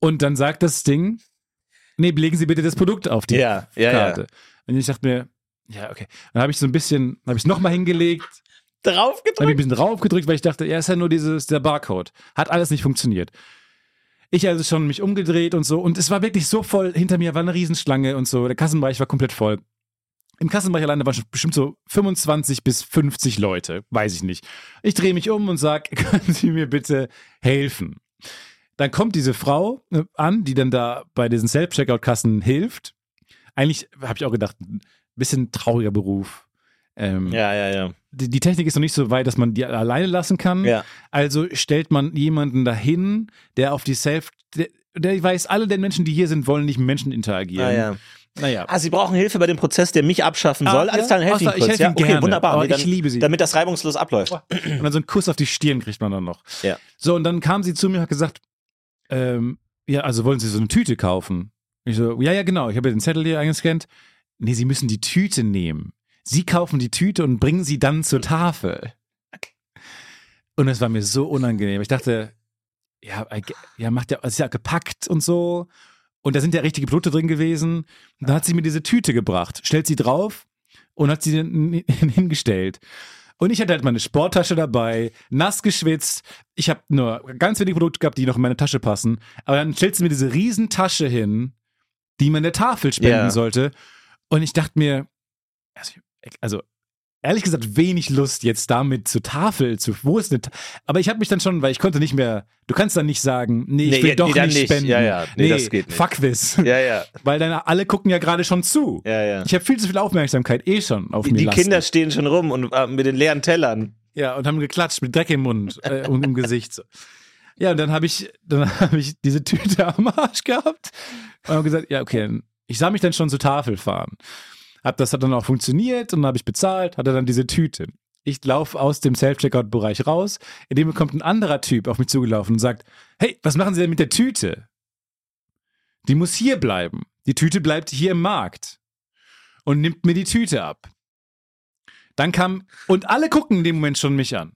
Und dann sagt das Ding, nee, legen Sie bitte das Produkt auf die
Ja, ja, ja.
Karte. Und ich dachte mir, ja, okay. Dann habe ich so ein bisschen, habe ich es nochmal hingelegt, dann habe
Drauf
ich
gedrückt.
ein bisschen draufgedrückt, weil ich dachte, ja, ist ja nur dieses, der Barcode. Hat alles nicht funktioniert. Ich also schon mich umgedreht und so. Und es war wirklich so voll. Hinter mir war eine Riesenschlange und so. Der Kassenbereich war komplett voll. Im Kassenbereich alleine waren schon bestimmt so 25 bis 50 Leute. Weiß ich nicht. Ich drehe mich um und sage, [LAUGHS] können Sie mir bitte helfen? Dann kommt diese Frau äh, an, die dann da bei diesen Self-Checkout-Kassen hilft. Eigentlich habe ich auch gedacht, ein bisschen trauriger Beruf. Ähm,
Ja, ja, ja.
die, die Technik ist noch nicht so weit, dass man die alleine lassen kann.
Ja.
Also stellt man jemanden dahin, der auf die Self, der, der weiß, alle den Menschen, die hier sind, wollen nicht mit Menschen interagieren.
Ah, ja.
Naja.
ah, Sie brauchen Hilfe bei dem Prozess, der mich abschaffen soll.
Ah,
Alles
ja?
klar, dann helfe
Ach
ich
so, ich
Ihnen kurz.
helfe
ja,
Ihnen
okay,
gerne.
wunderbar.
Aber
Nee, dann,
ich liebe Sie.
Damit das reibungslos abläuft.
Und dann so einen Kuss auf die Stirn kriegt man dann noch.
Ja.
So, und dann kam sie zu mir und hat gesagt, ähm, ja, also wollen Sie so eine Tüte kaufen? Ich so, ja, ja, genau, ich habe ja den Zettel hier eingescannt. Nee, Sie müssen die Tüte nehmen. Sie kaufen die Tüte und bringen sie dann zur Tafel. Und das war mir so unangenehm. Ich dachte, ja, I ge- ja macht ja, es ist ja gepackt und so. Und da sind ja richtige Produkte drin gewesen. Und da hat sie mir diese Tüte gebracht, stellt sie drauf und hat sie dann hingestellt. Und ich hatte halt meine Sporttasche dabei, nass geschwitzt. Ich habe nur ganz wenige Produkte gehabt, die noch in meine Tasche passen. Aber dann stellst du mir diese Riesentasche hin, die man der Tafel spenden
Ja.
sollte. Und ich dachte mir, also, also ehrlich gesagt, wenig Lust jetzt damit zur Tafel zu. Wo ist eine? Ta Aber ich habe mich dann schon, weil ich konnte nicht mehr. Du kannst dann nicht sagen, nee, ich
Nee,
will
ja,
doch
nee, dann
nicht
nicht.
spenden.
Ja, ja. Nee, das geht nicht.
Fuck this,
Ja, ja.
[LAUGHS] weil dann alle gucken ja gerade schon zu.
ja, ja.
Ich habe viel zu viel Aufmerksamkeit eh schon auf mir.
Die
lasten.
Kinder stehen schon rum und äh, mit den leeren Tellern.
Ja, und haben geklatscht mit Dreck im Mund äh, und im Gesicht. So. Ja, und dann habe ich, dann [LAUGHS] habe ich diese Tüte am Arsch gehabt und habe gesagt, ja, okay, dann- ich sah mich dann schon zur Tafel fahren. Hab, das hat dann auch funktioniert und dann habe ich bezahlt, hatte dann diese Tüte. Ich laufe aus dem Self-Checkout-Bereich raus, in dem kommt ein anderer Typ auf mich zugelaufen und sagt, hey, was machen Sie denn mit der Tüte? Die muss hier bleiben. Die Tüte bleibt hier im Markt und nimmt mir die Tüte ab. Dann kam, und alle gucken in dem Moment schon mich an.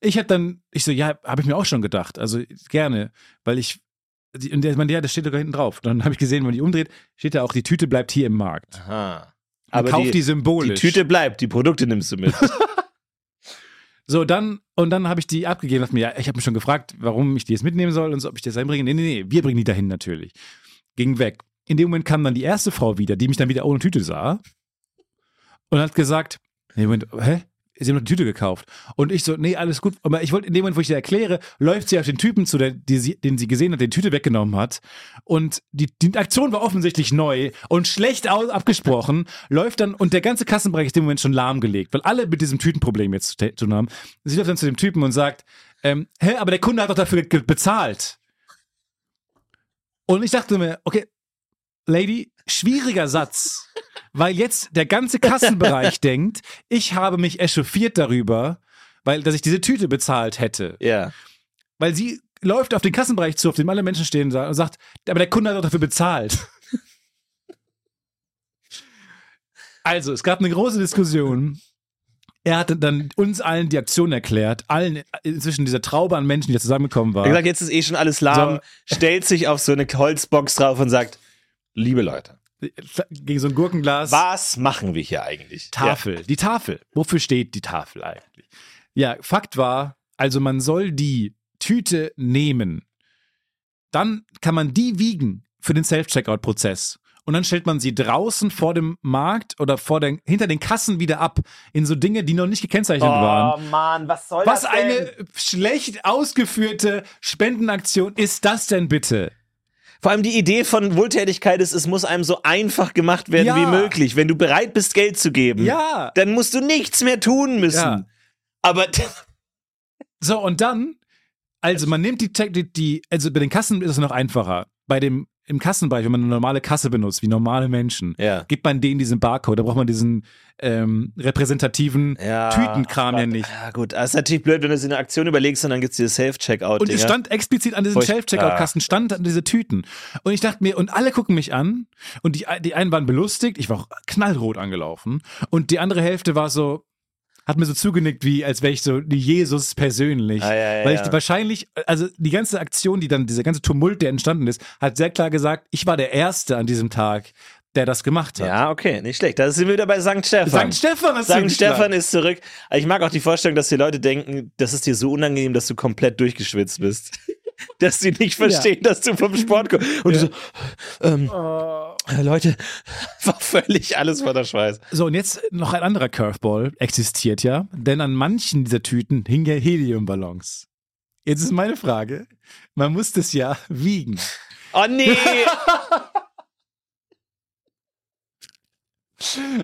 Ich hab dann, ich so, ja, habe ich mir auch schon gedacht. Also gerne, weil ich, die, und der meinte, ja, das steht sogar hinten drauf. Und dann habe ich gesehen, wenn man die umdreht, steht da auch, die Tüte bleibt hier im Markt.
Aha.
Man
Aber
kauft die,
die, die
symbolisch.
Tüte bleibt, die Produkte nimmst du mit.
[LAUGHS] So, dann, und dann habe ich die abgegeben, dachte mir, ja, ich habe mich schon gefragt, warum ich die jetzt mitnehmen soll und so, ob ich das einbringe. Nee, nee, nee, wir bringen die dahin natürlich. Ging weg. In dem Moment kam dann die erste Frau wieder, die mich dann wieder ohne Tüte sah und hat gesagt, nee, Moment, hä? Sie haben doch die Tüte gekauft. Und ich so, nee, alles gut. Aber ich wollte, in dem Moment, wo ich dir erkläre, läuft sie auf den Typen zu, der, die sie, den sie gesehen hat, den Tüte weggenommen hat. Und die, die Aktion war offensichtlich neu und schlecht aus, abgesprochen. läuft dann, und der ganze Kassenbereich ist in dem Moment schon lahmgelegt, weil alle mit diesem Tütenproblem jetzt zu te- tun haben. Sie läuft dann zu dem Typen und sagt, ähm, hä, aber der Kunde hat doch dafür ge- bezahlt. Und ich dachte mir, okay, Lady, schwieriger Satz, weil jetzt der ganze Kassenbereich denkt, ich habe mich echauffiert darüber, weil dass ich diese Tüte bezahlt hätte.
ja.
Weil sie läuft auf den Kassenbereich zu, auf dem alle Menschen stehen sa- und sagt, aber der Kunde hat doch dafür bezahlt. Also, es gab eine große Diskussion. Er hatte dann uns allen die Aktion erklärt, allen äh, inzwischen dieser Traube an Menschen, die da zusammengekommen
Er hat
war.
gesagt, jetzt ist eh schon alles lahm, stellt sich auf so eine Holzbox drauf und sagt, liebe Leute,
Gegen so ein Gurkenglas.
was machen wir hier eigentlich?
Tafel, die Tafel. Wofür steht die Tafel eigentlich? Ja, Fakt war, also man soll die Tüte nehmen. Dann kann man die wiegen für den Self-Checkout-Prozess. Und dann stellt man sie draußen vor dem Markt oder vor den, hinter den Kassen wieder ab in so Dinge, die noch nicht gekennzeichnet waren.
Oh, Mann, was soll
Oh, Was eine schlecht ausgeführte Spendenaktion ist das denn bitte?
Vor allem die Idee von Wohltätigkeit ist, es muss einem so einfach gemacht werden
Ja.
wie möglich. Wenn du bereit bist, Geld zu geben,
Ja.
dann musst du nichts mehr tun müssen.
Ja.
Aber [LAUGHS]
So, und dann, also man nimmt die, Te- die, die also bei den Kassen ist es noch einfacher. Bei dem, im Kassenbereich, wenn man eine normale Kasse benutzt, wie normale Menschen,
ja.
gibt man denen diesen Barcode, da braucht man diesen ähm, repräsentativen
Ja.
Tütenkram ja
Gott.
nicht.
Ja, Ah, gut. Das ist natürlich blöd, wenn du es in eine Aktion überlegst und dann gibt's dieses Self-Checkout.
Und es stand explizit an diesen
Furchtbar.
Self-Checkout-Kasten, stand an diese Tüten. Und ich dachte mir, und alle gucken mich an. Und die, die einen waren belustigt, ich war auch knallrot angelaufen. Und die andere Hälfte war so, hat mir so zugenickt, wie als wäre ich so Jesus persönlich.
Ah, ja, ja,
weil ich
ja.
wahrscheinlich, also die ganze Aktion, die dann, dieser ganze Tumult, der entstanden ist, hat sehr klar gesagt, ich war der Erste an diesem Tag, der das gemacht hat.
Ja, okay, nicht schlecht. Da sind wir wieder bei St. Stefan.
St. Stefan ist
St. Stefan ist zurück. Ich mag auch die Vorstellung, dass die Leute denken, das ist dir so unangenehm, dass du komplett durchgeschwitzt bist. [LAUGHS] Dass sie nicht verstehen, dass du vom Sport kommst. Und du so, ähm, äh, Leute, [LAUGHS] war völlig alles voller Schweiß.
So, und jetzt noch ein anderer Curveball existiert ja, denn an manchen dieser Tüten hingen ja Heliumballons. Jetzt ist meine Frage, man muss das ja wiegen.
Oh
[LAUGHS]
nee!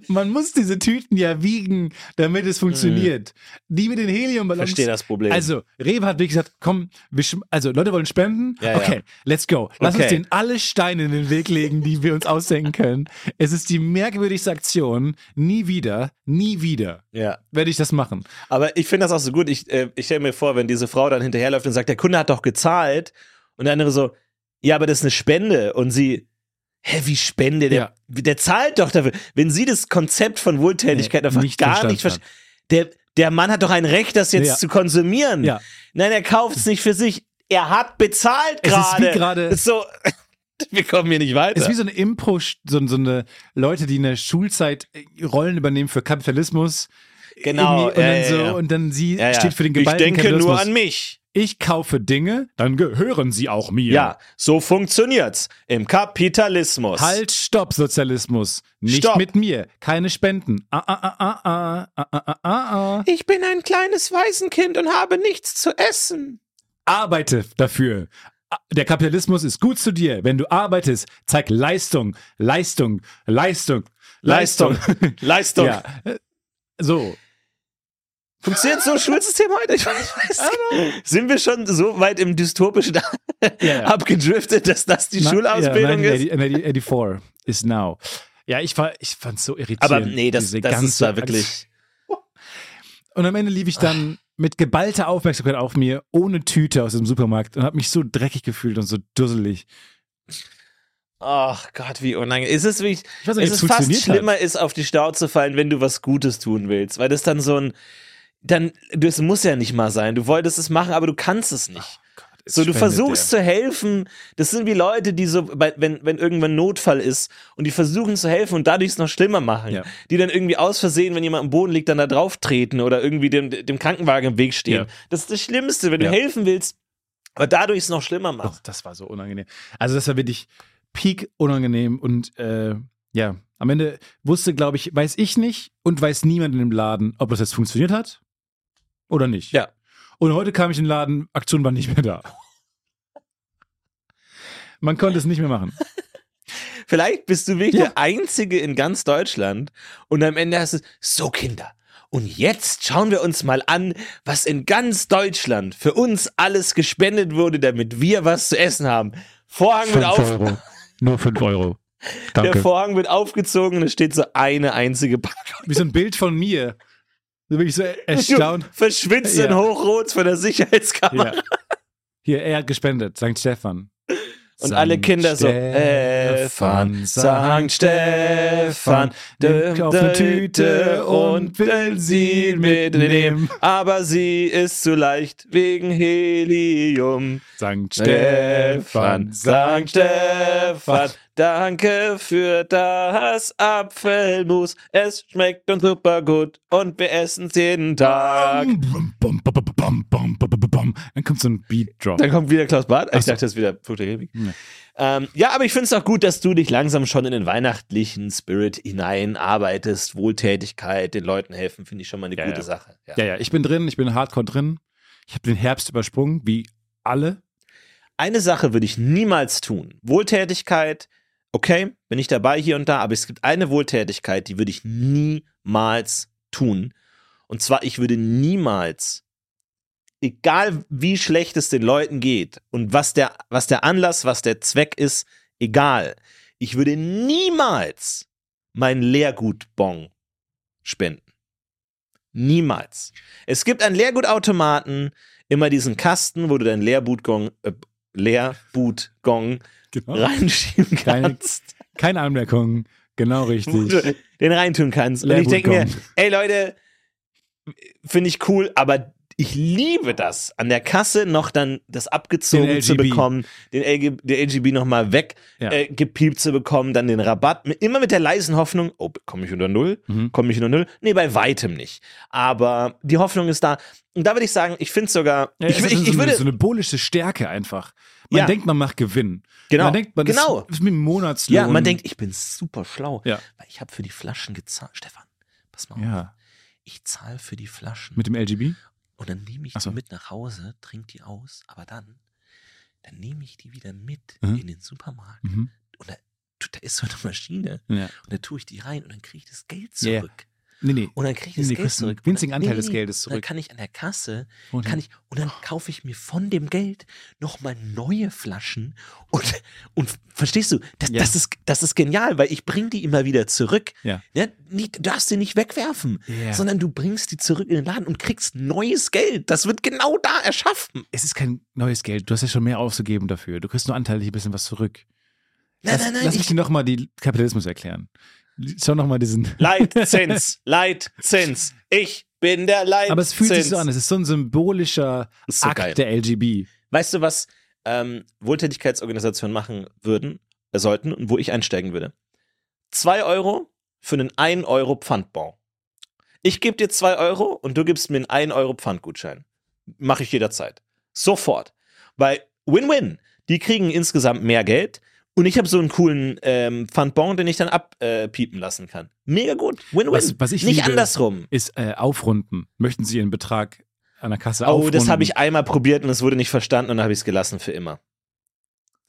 Man muss diese Tüten ja wiegen, damit es funktioniert. Die mit den Heliumballons.
Mhm. Verstehe das Problem.
Also, Rewe hat wirklich gesagt, komm, wir schm- also Leute wollen spenden.
Ja, ja.
okay, let's go. Lass
Okay.
uns denen alle Steine in den Weg legen, die wir uns ausdenken können. Es ist die merkwürdigste Aktion. Nie wieder, nie wieder
ja.
werde ich das machen.
Aber ich finde das auch so gut. Ich, äh, ich stelle mir vor, wenn diese Frau dann hinterherläuft und sagt, der Kunde hat doch gezahlt. Und der andere so, ja, aber das ist eine Spende. Und sie, hä, wie Spende? Der,
Ja.
der zahlt doch dafür. Wenn sie das Konzept von Wohltätigkeit
Nee,
einfach
nicht
gar
verstanden
nicht versteht. Der, der Mann hat doch ein Recht, das jetzt
Ja.
zu konsumieren.
Ja.
Nein, er kauft es nicht für sich. Er hat bezahlt
Es ist wie
gerade.
gerade-
Ist [LAUGHS] So, wir kommen hier nicht weiter.
Es ist wie so eine Impro, so, so eine Leute, die in der Schulzeit äh, Rollen übernehmen für Kapitalismus. Irgendwie
Genau,
Und,
ja,
dann
ja,
so,
ja.
und dann sie
Ja, ja.
steht für den
ich
geballten
denke nur
Kapitalismus.
an mich.
ich kaufe Dinge, dann gehören sie auch mir.
Ja, so funktioniert's im Kapitalismus.
Halt, stopp, Sozialismus. Nicht
Stopp.
mit mir. Keine Spenden. Ah, ah, ah, ah, ah, ah, ah, ah, ah.
Ich bin ein kleines Waisenkind und habe nichts zu essen.
Arbeite dafür. Ah, Der Kapitalismus ist gut zu dir. Wenn du arbeitest, zeig Leistung, Leistung, Leistung, Leistung.
Leistung.
[LAUGHS] Ja. So.
Funktioniert so Schulsystem heute? Ich weiß, nicht. Sind wir schon so weit im dystopischen
Ja, ja.
abgedriftet, dass das die
Na- ja,
Schulausbildung ist?
1980 84 is now. Ja, ich war, ich fand's so irritierend.
Aber nee, das,
diese
das ist
ganze
da wirklich.
Und am Ende lief ich dann mit geballter Aufmerksamkeit auf mir, ohne Tüte aus dem Supermarkt und habe mich so dreckig gefühlt und so dusselig.
Ach Gott, wie unangenehm. Ist es ist wirklich,
Ich weiß nicht, ob Also,
es
es
ist fast
funktioniert halt. hat.
schlimmer, ist auf die Schnauze fallen, wenn du was Gutes tun willst, weil das dann so ein, dann, das muss ja nicht mal sein. Du wolltest es machen, aber du kannst es nicht. So, du versuchst zu helfen. Das sind wie Leute, die so, bei, wenn, wenn irgendwann Notfall ist und die versuchen zu helfen und dadurch es noch schlimmer machen.
Ja.
Die dann irgendwie aus Versehen, wenn jemand am Boden liegt, dann da drauf treten oder irgendwie dem, dem Krankenwagen im Weg stehen.
Ja.
Das ist das Schlimmste, wenn
Ja.
du helfen willst, aber dadurch es noch schlimmer
Oh,
machst.
das war so unangenehm. Also das war wirklich peak unangenehm und äh, ja, am Ende wusste, glaube ich, weiß ich nicht und weiß niemand in dem Laden, ob das jetzt funktioniert hat oder nicht.
Ja.
Und heute kam ich in den Laden, Aktion war nicht mehr da. Man konnte es nicht mehr
[LAUGHS]
machen.
Vielleicht bist du wirklich
Ja.
der Einzige in ganz Deutschland und am Ende hast du so Kinder. Und jetzt schauen wir uns mal an, was in ganz Deutschland für uns alles gespendet wurde, damit wir was zu essen haben. Vorhang wird auf.
Nur 5 Euro.
Der Vorhang wird aufgezogen und es steht so eine einzige Packung.
Wie so ein Bild von mir. Da bin ich
[LAUGHS]
so
Du
erstaunt.
verschwitzt
Ja.
in Hochrots von der Sicherheitskammer.
Ja. [LAUGHS] Hier, er hat gespendet, St. Stefan.
Und alle Kinder so, "Äh, Stefan, St. Stefan, dö,
nimmt auf eine
dö,
Tüte
dö,
und will sie mitnehmen.
Aber sie ist zu leicht wegen Helium.
St. Stefan,
Stefan, St. Stefan, danke für das Apfelmus. Es schmeckt uns super gut und wir essen es jeden Tag.
Bum, bum, bum, bum, bum, bum, bum, bum, bum. Dann kommt so ein Beat-Drop.
Dann kommt wieder Klaus Barth. Ich
so.
dachte, das ist wieder Flucht der Karibik.
Nee.
Ähm, ja, aber ich finde es auch gut, dass du dich langsam schon in den weihnachtlichen Spirit hinein arbeitest. Wohltätigkeit, den Leuten helfen, finde ich schon mal eine
Ja,
gute
ja.
Sache. Ja.
Ja, ja, ich bin drin, ich bin hardcore drin. Ich habe den Herbst übersprungen, wie alle.
Eine Sache würde ich niemals tun. Wohltätigkeit, okay, bin ich dabei hier und da, aber es gibt eine Wohltätigkeit, die würde ich niemals tun. Und zwar, ich würde niemals, egal wie schlecht es den Leuten geht und was der, was der Anlass, was der Zweck ist, egal, ich würde niemals mein Leergutbon spenden. Niemals. Es gibt einen Leergutautomaten, immer diesen Kasten, wo du deinen Leergutgong, äh, Leergutgong
Genau.
reinschieben
Keine-
kannst.
Keine Anmerkungen. Genau
[LAUGHS] Wo
richtig.
du den reintun kannst. Und ich denke mir, ey Leute, finde ich cool, aber ich liebe das, an der Kasse noch dann das abgezogen
Den
zu
LGB.
bekommen, den, LG, den LGB nochmal weg
Ja.
äh, gepiept zu bekommen, dann den Rabatt, mit- immer mit der leisen Hoffnung, oh, komme ich unter Null?
Mhm.
Komme ich unter Null? Nee, bei weitem nicht. Aber die Hoffnung ist da. Und da würde ich sagen, ich finde es sogar,
Ja,
ich,
es
ich,
ist so,
ich,
eine,
würde,
so eine bullische Stärke einfach. Man
Ja.
denkt, man macht Gewinn.
Genau.
Man denkt, man
Genau.
ist, ist mit einem Monatslohn.
ja, man denkt, ich bin super schlau,
Ja.
weil ich habe für die Flaschen gezahlt. Stefan, pass mal auf,
Ja,
ich zahle für die Flaschen.
mit dem LGB.
Und dann nehme ich
Ach so.
die mit nach Hause, trinke die aus, aber dann, dann nehme ich die wieder mit
Mhm.
in den Supermarkt.
Mhm.
Und da, du, da ist so eine Maschine
Ja.
und da tue ich die rein und dann kriege ich das Geld
Ja, ja.
zurück.
Nee, nee.
Und dann kriege ich
Nee,
das
nee,
Geld
kriegst einen
zurück. Und
winzigen
dann-
Anteil des Geldes
und Dann
zurück.
kann ich an der Kasse,
Und- Oh.
kann ich, und dann kaufe ich mir von dem Geld nochmal neue Flaschen und, und verstehst du, das,
Ja.
das, ist, das ist genial, weil ich bringe die immer wieder zurück.
Ja.
Ne? Nicht, du darfst sie nicht wegwerfen,
Ja.
sondern du bringst die zurück in den Laden und kriegst neues Geld. Das wird genau da erschaffen.
Es ist kein neues Geld. Du hast ja schon mehr auszugeben dafür. Du kriegst nur anteilig ein bisschen was zurück.
Nein,
lass,
nein, nein.
Lass mich
Ich,
dir nochmal den Kapitalismus erklären. Schau nochmal diesen.
Leitzins, Leitzins. Ich bin der Leitzins.
Aber es fühlt sich so an. Es ist so ein symbolischer
Ist so
Akt
geil.
der LGB.
Weißt du, was ähm, Wohltätigkeitsorganisationen machen würden, äh, sollten und wo ich einsteigen würde? Zwei Euro für einen 1 Euro Pfandbon. Ich gebe dir zwei Euro und du gibst mir einen 1 Euro Pfandgutschein. Mache ich jederzeit. Sofort. Weil Win-Win. Die kriegen insgesamt mehr Geld und ich habe so einen coolen ähm, Pfandbon, den ich dann abpiepen äh, piepen lassen kann. Mega gut. Win-Win.
Was- was ich
Nicht
liebe-
andersrum.
Ist äh, aufrunden. Möchten Sie Ihren Betrag an der Kasse
Oh,
aufrunden?
das habe ich einmal probiert und es wurde nicht verstanden und dann habe ich es gelassen für immer.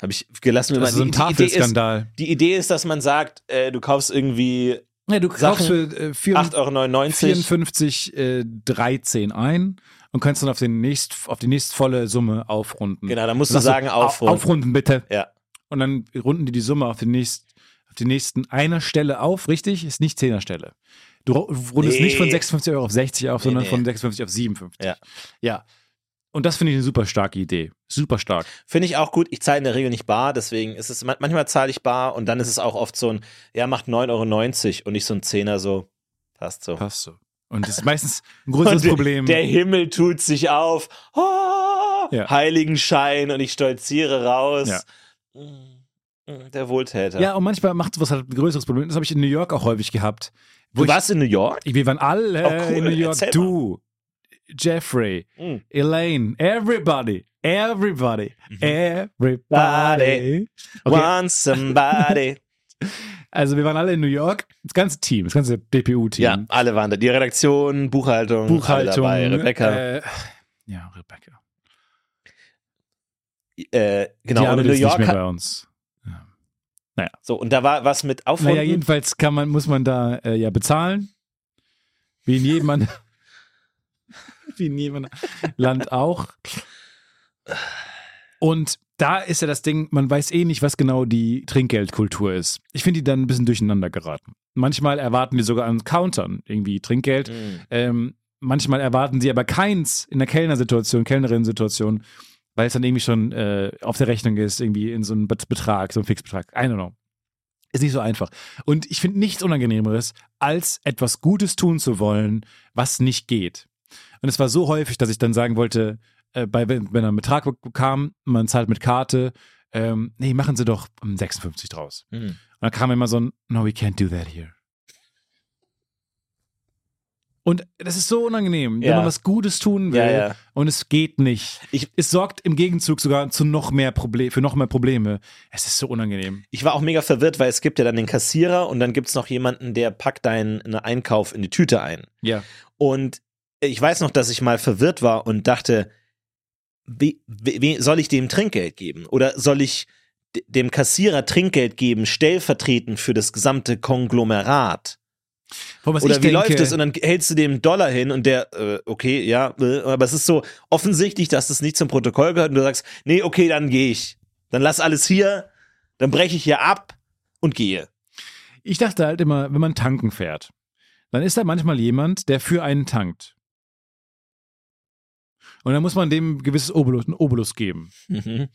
Habe ich gelassen.
Das ist so ein
Die- die, Idee ist,
Tafelskandal.
die Idee ist, dass man sagt, äh, du kaufst irgendwie
Ja, du kaufst
Sachen-
für äh, 4,
8,99 Euro.
54, äh, 13 ein und kannst dann auf, den nächst, auf die nächstvolle Summe aufrunden.
Genau, da musst du
Sagst du,
sagen,
Au-
aufrunden.
Aufrunden bitte.
Ja.
Und dann runden die die Summe auf den nächsten, auf den nächsten einer Stelle auf, richtig? Ist nicht Zehnerstelle. Du ru- rundest
Nee.
nicht von 56 Euro auf 60 auf,
Nee,
sondern
nee.
von 56 auf 57.
Ja.
ja. Und das finde ich eine super starke Idee. Super stark.
Finde ich auch gut. Ich zahle in der Regel nicht bar, deswegen ist es, man- manchmal zahle ich bar und dann ist es auch oft so ein, ja, macht 9,90 Euro und nicht so ein Zehner so. Passt so.
Passt so. Und das ist meistens ein größeres
[LAUGHS] Und
Problem.
Der Himmel tut sich auf. Ah,
Ja.
Heiligenschein und ich stolziere raus.
Ja.
Mm, mm, Der Wohltäter.
ja, und manchmal macht sowas halt ein größeres Problem. Das habe ich in New York auch häufig gehabt. Wo
Du
ich-
warst in New York?
Wir waren alle
Oh, cool.
in New York.
Erzähl
Du, Jeffrey,
Hm.
Elaine, everybody, everybody,
Mhm.
everybody. Okay,
Want somebody.
also wir waren alle in New York. Das ganze [LAUGHS] Team, das ganze DPU-Team.
ja, alle waren da. Die Redaktion, Buchhaltung,
Buchhaltung.
alle dabei, Rebecca.
Äh, ja, Rebecca.
Äh,
die
genau, und in
arbeitet
New
jetzt
York.
nicht mehr
Hat,
bei uns.
so, und da war was mit Aufrunden.
Naja, jedenfalls kann man, muss man da äh, ja bezahlen. Wie in jedem anderen- [LAUGHS] wie in jedem anderen Land auch. Und da ist ja das Ding, man weiß eh nicht, was genau die Trinkgeldkultur ist. Ich finde die dann ein bisschen durcheinander geraten. Manchmal erwarten die sogar an Countern irgendwie Trinkgeld.
Mhm.
Ähm, manchmal erwarten sie aber keins in der Kellnersituation, Kellnerinnen-Situation, weil es dann irgendwie schon äh, auf der Rechnung ist, irgendwie in so einem Bet- Betrag, so einem Fixbetrag. I don't know. Ist nicht so einfach. Und ich finde nichts Unangenehmeres, als etwas Gutes tun zu wollen, was nicht geht. Und es war so häufig, dass ich dann sagen wollte, äh, bei, wenn wenn ein Betrag kam, man zahlt mit Karte, ähm, nee, machen Sie doch ähm, 56 draus.
Mhm.
Und dann kam immer so ein, no, we can't do that here. Und das ist so unangenehm,
Ja.
wenn man was Gutes tun will
Ja, ja.
und es geht nicht.
Ich-
es sorgt im Gegenzug sogar zu noch mehr Proble für noch mehr Probleme. Es ist so unangenehm.
Ich war auch mega verwirrt, weil es gibt ja dann den Kassierer und dann gibt es noch jemanden, der packt deinen einen Einkauf in die Tüte ein.
Ja.
Und ich weiß noch, dass ich mal verwirrt war und dachte, wie, wie, wie soll ich dem Trinkgeld geben? Oder soll ich d- dem Kassierer Trinkgeld geben, stellvertretend für das gesamte Konglomerat?
Vor allem, was
Oder
ich
wie
denke,
läuft das? Und dann hältst du dem Dollar hin und der, äh, okay, ja, äh, aber es ist so offensichtlich, dass das nicht zum Protokoll gehört und du sagst, nee, okay, dann gehe ich. Dann lass alles hier, dann breche ich hier ab und gehe.
Ich dachte halt immer, wenn man tanken fährt, dann ist da manchmal jemand, der für einen tankt. Und dann muss man dem ein gewisses Obolus, einen Obolus geben.
Mhm.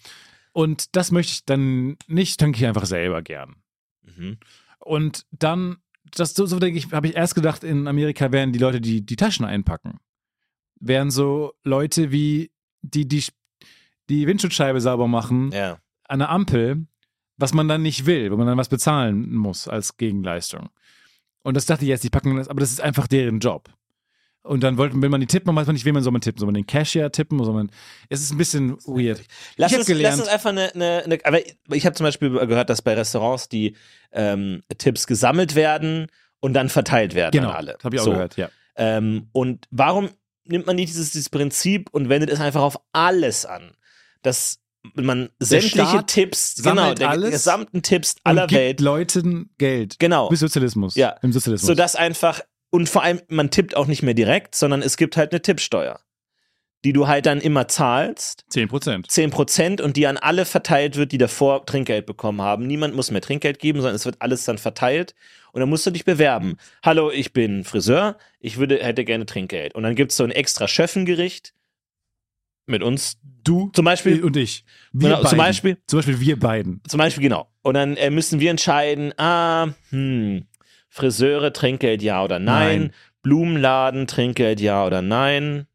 Und das möchte ich dann nicht, tanke ich einfach selber gern.
Mhm.
Und dann das so, so denke ich, habe ich erst gedacht, in Amerika wären die Leute, die die Taschen einpacken. Wären so Leute wie die, die die Windschutzscheibe sauber machen
Ja.
an der Ampel, was man dann nicht will, wenn man dann was bezahlen muss als Gegenleistung. Und das dachte ich jetzt, die packen das, aber das ist einfach deren Job. Und dann wollte, will man die tippen, man weiß man nicht, wen man soll man tippen. Soll man den Cashier tippen? Soll man, es ist ein bisschen weird.
Lass,
hab
uns,
gelernt-
lass uns einfach eine. eine, eine aber ich habe zum Beispiel gehört, dass bei Restaurants die ähm, Tipps gesammelt werden und dann verteilt werden
Genau,
an alle.
das habe ich auch
so.
gehört, ja.
Ähm, und warum nimmt man nicht dieses, dieses Prinzip und wendet es einfach auf alles an? Dass man sämtliche
Staat
Tipps, genau,
sammelt
der
alles
gesamten Tipps
Und
aller
gibt
Welt,
Leuten Geld.
genau,
Bis Sozialismus.
Ja.
Im Sozialismus.
sodass einfach, und vor allem, man tippt auch nicht mehr direkt, sondern es gibt halt eine Tippsteuer, die du halt dann immer zahlst
10 Prozent.
10% und die an alle verteilt wird, die davor Trinkgeld bekommen haben. Niemand muss mehr Trinkgeld geben, sondern es wird alles dann verteilt und dann musst du dich bewerben. Hallo, ich bin Friseur, ich würde, hätte gerne Trinkgeld. Und dann gibt es so ein extra Schöffengericht mit uns.
Du
Zum Beispiel,
und ich. Wir
genau, zum
beiden.
Beispiel,
Zum Beispiel wir beiden.
zum Beispiel, genau. Und dann äh, müssen wir entscheiden, ah, hm, Friseure, Trinkgeld ja oder nein.
Nein.
Blumenladen, Trinkgeld ja oder nein.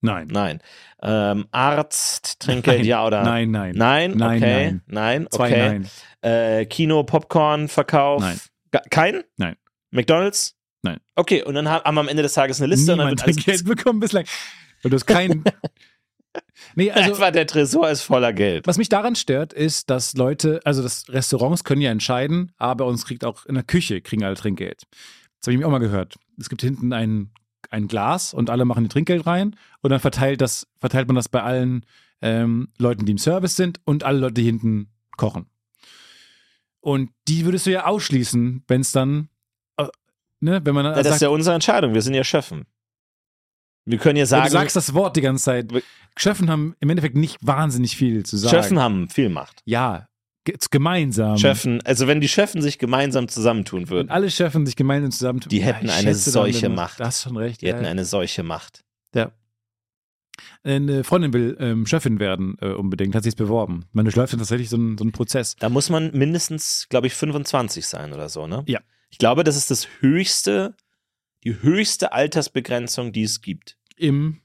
Nein.
Nein. Ähm, Arzt, Trinkgeld ja oder
Nein, nein.
Nein,
Nein,
okay.
nein.
Nein,
Zwei
okay.
Nein.
Äh, Kino, Popcorn, Verkauf.
Nein.
Ga- Kein?
Nein.
McDonalds?
Nein.
Okay, und dann ha- haben wir am Ende des Tages eine Liste
Niemand
und dann
hat
wird alles.
Geld bekommen bislang. Und du hast kein. nee, also
[LAUGHS] Einfach der Tresor ist voller Geld.
was mich daran stört, ist, dass Leute, also das Restaurants können ja entscheiden, aber uns kriegt auch in der Küche kriegen alle Trinkgeld. Das habe ich mir auch mal gehört. Es gibt hinten ein, ein Glas und alle machen ihr Trinkgeld rein und dann verteilt das verteilt man das bei allen ähm, Leuten, die im Service sind und alle Leute, die hinten kochen. Und die würdest du ja ausschließen, wenn es dann, äh, ne, wenn man dann
Ja, das
sagt,
ist ja unsere Entscheidung. Wir sind ja Schöffen. Wir können ja
Ja,
sagen,
du sagst das Wort die ganze Zeit.
Wir-
Schöffen haben im Endeffekt nicht wahnsinnig viel zu sagen.
Schöffen haben viel Macht.
Ja, ge- gemeinsam.
Schöffen, also wenn die Schöffen sich gemeinsam zusammentun
Wenn
würden,
alle Schöffen sich gemeinsam zusammen.
Die hätten
ich
eine
schätze, da haben wir
solche
noch-
Macht.
Da hast du schon recht.
die
ja.
hätten eine solche Macht.
Eine Freundin will ähm, Schöffin werden äh, unbedingt, hat sich beworben. Man durchläuft dann tatsächlich so einen, so einen Prozess.
Da muss man mindestens, glaube ich, 25 sein oder so, ne?
Ja.
Ich glaube, das ist das höchste, die höchste Altersbegrenzung, die es gibt.
Im,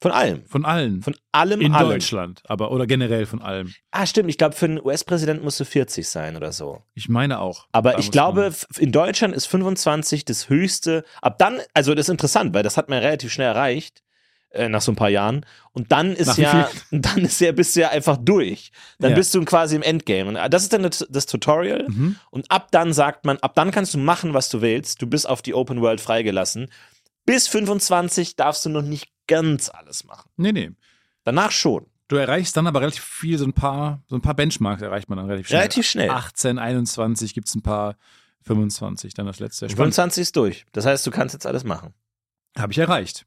Von allem.
von allen.
Von allem
in
allem.
Deutschland, aber oder generell von allem.
Ah, stimmt. Ich glaube, für einen US-Präsident musst du 40 sein oder so.
Ich meine auch.
Aber
Da
ich
muss
glaube,
man-
f- in Deutschland ist 25 das höchste. Ab dann, also das ist interessant, weil das hat man relativ schnell erreicht, äh, nach so ein paar Jahren. Und dann ist
Nach wie
ja, [LAUGHS] dann ist ja, bist du ja einfach durch. Dann
Ja.
bist du quasi im Endgame. Und äh, das ist dann das, das Tutorial.
Mhm.
Und ab dann sagt man, ab dann kannst du machen, was du willst. Du bist auf die Open World freigelassen. Bis 25 darfst du noch nicht ganz alles machen.
Nee, nee.
Danach schon.
Du erreichst dann aber relativ viel, so ein paar, so ein paar Benchmarks erreicht man dann relativ schnell.
Relativ schnell.
18, 21 gibt es ein paar, 25 dann das letzte. Spannend.
25 ist durch. Das heißt, du kannst jetzt alles machen.
Habe ich erreicht.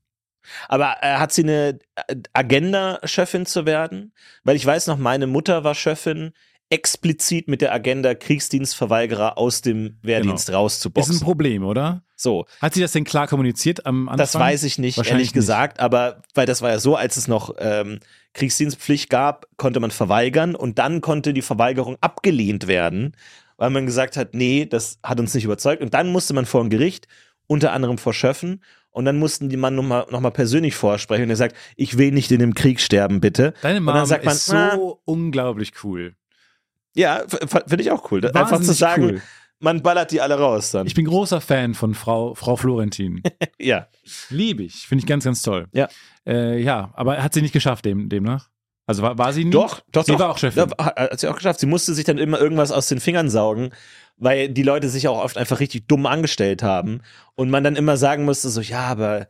Aber äh, hat sie eine äh, Agenda, Chefin zu werden? Weil ich weiß noch, meine Mutter war Chefin, explizit mit der Agenda, Kriegsdienstverweigerer aus dem Wehrdienst
Genau. Ist ein
rauszuboxen.
Problem, oder?
So,
Hat sie das denn klar kommuniziert am Anfang?
das weiß ich nicht,
Wahrscheinlich
ehrlich gesagt. Aber weil das war ja so, als es noch ähm, Kriegsdienstpflicht gab, konnte man verweigern und dann konnte die Verweigerung abgelehnt werden, weil man gesagt hat, nee, das hat uns nicht überzeugt. Und dann musste man vor ein Gericht, unter anderem vor Schöffen. Und dann mussten die Mann nochmal noch mal persönlich vorsprechen und er sagt, ich will nicht in dem Krieg sterben, bitte.
Deine
dann
Mom
sagt man,
ist so
ah.
unglaublich cool.
Ja, finde ich auch cool. Einfach zu
Wahnsinnig
sagen,
cool.
man ballert die alle raus dann.
Ich bin großer Fan von Frau, Frau
[LAUGHS]
Florentin.
ja.
Liebe ich. Finde ich ganz, ganz toll.
Ja.
Äh, ja, aber hat sie nicht geschafft dem, demnach? Also war, war sie nie?
Doch, doch,
Sie
doch.
war auch Chefin.
Ja, Hat sie auch geschafft. Sie musste sich dann immer irgendwas aus den Fingern saugen, weil die Leute sich auch oft einfach richtig dumm angestellt haben und man dann immer sagen musste so, ja, aber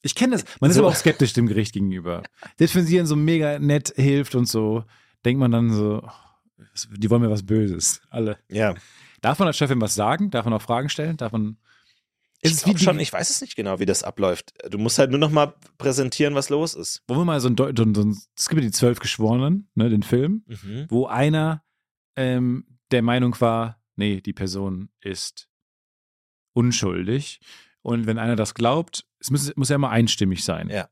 Ich kenne das. Man ist
So.
aber auch skeptisch dem Gericht gegenüber. Selbst wenn sie dann so mega nett hilft und so, denkt man dann so, oh, die wollen mir was Böses. Alle.
ja,
Darf man als Chefin was sagen? Darf man auch Fragen stellen? Darf man. Ist
ich
es wie
glaub
die,
schon, ich weiß es nicht genau, wie das abläuft. Du musst halt nur noch mal präsentieren, was los ist.
wollen wir mal so ein, Deu- so ein, so ein es gibt ja die zwölf Geschworenen, ne, den Film, wo einer ähm, der Meinung war, nee, die Person ist unschuldig. Und wenn einer das glaubt, es muss, muss ja immer einstimmig sein.
Ja.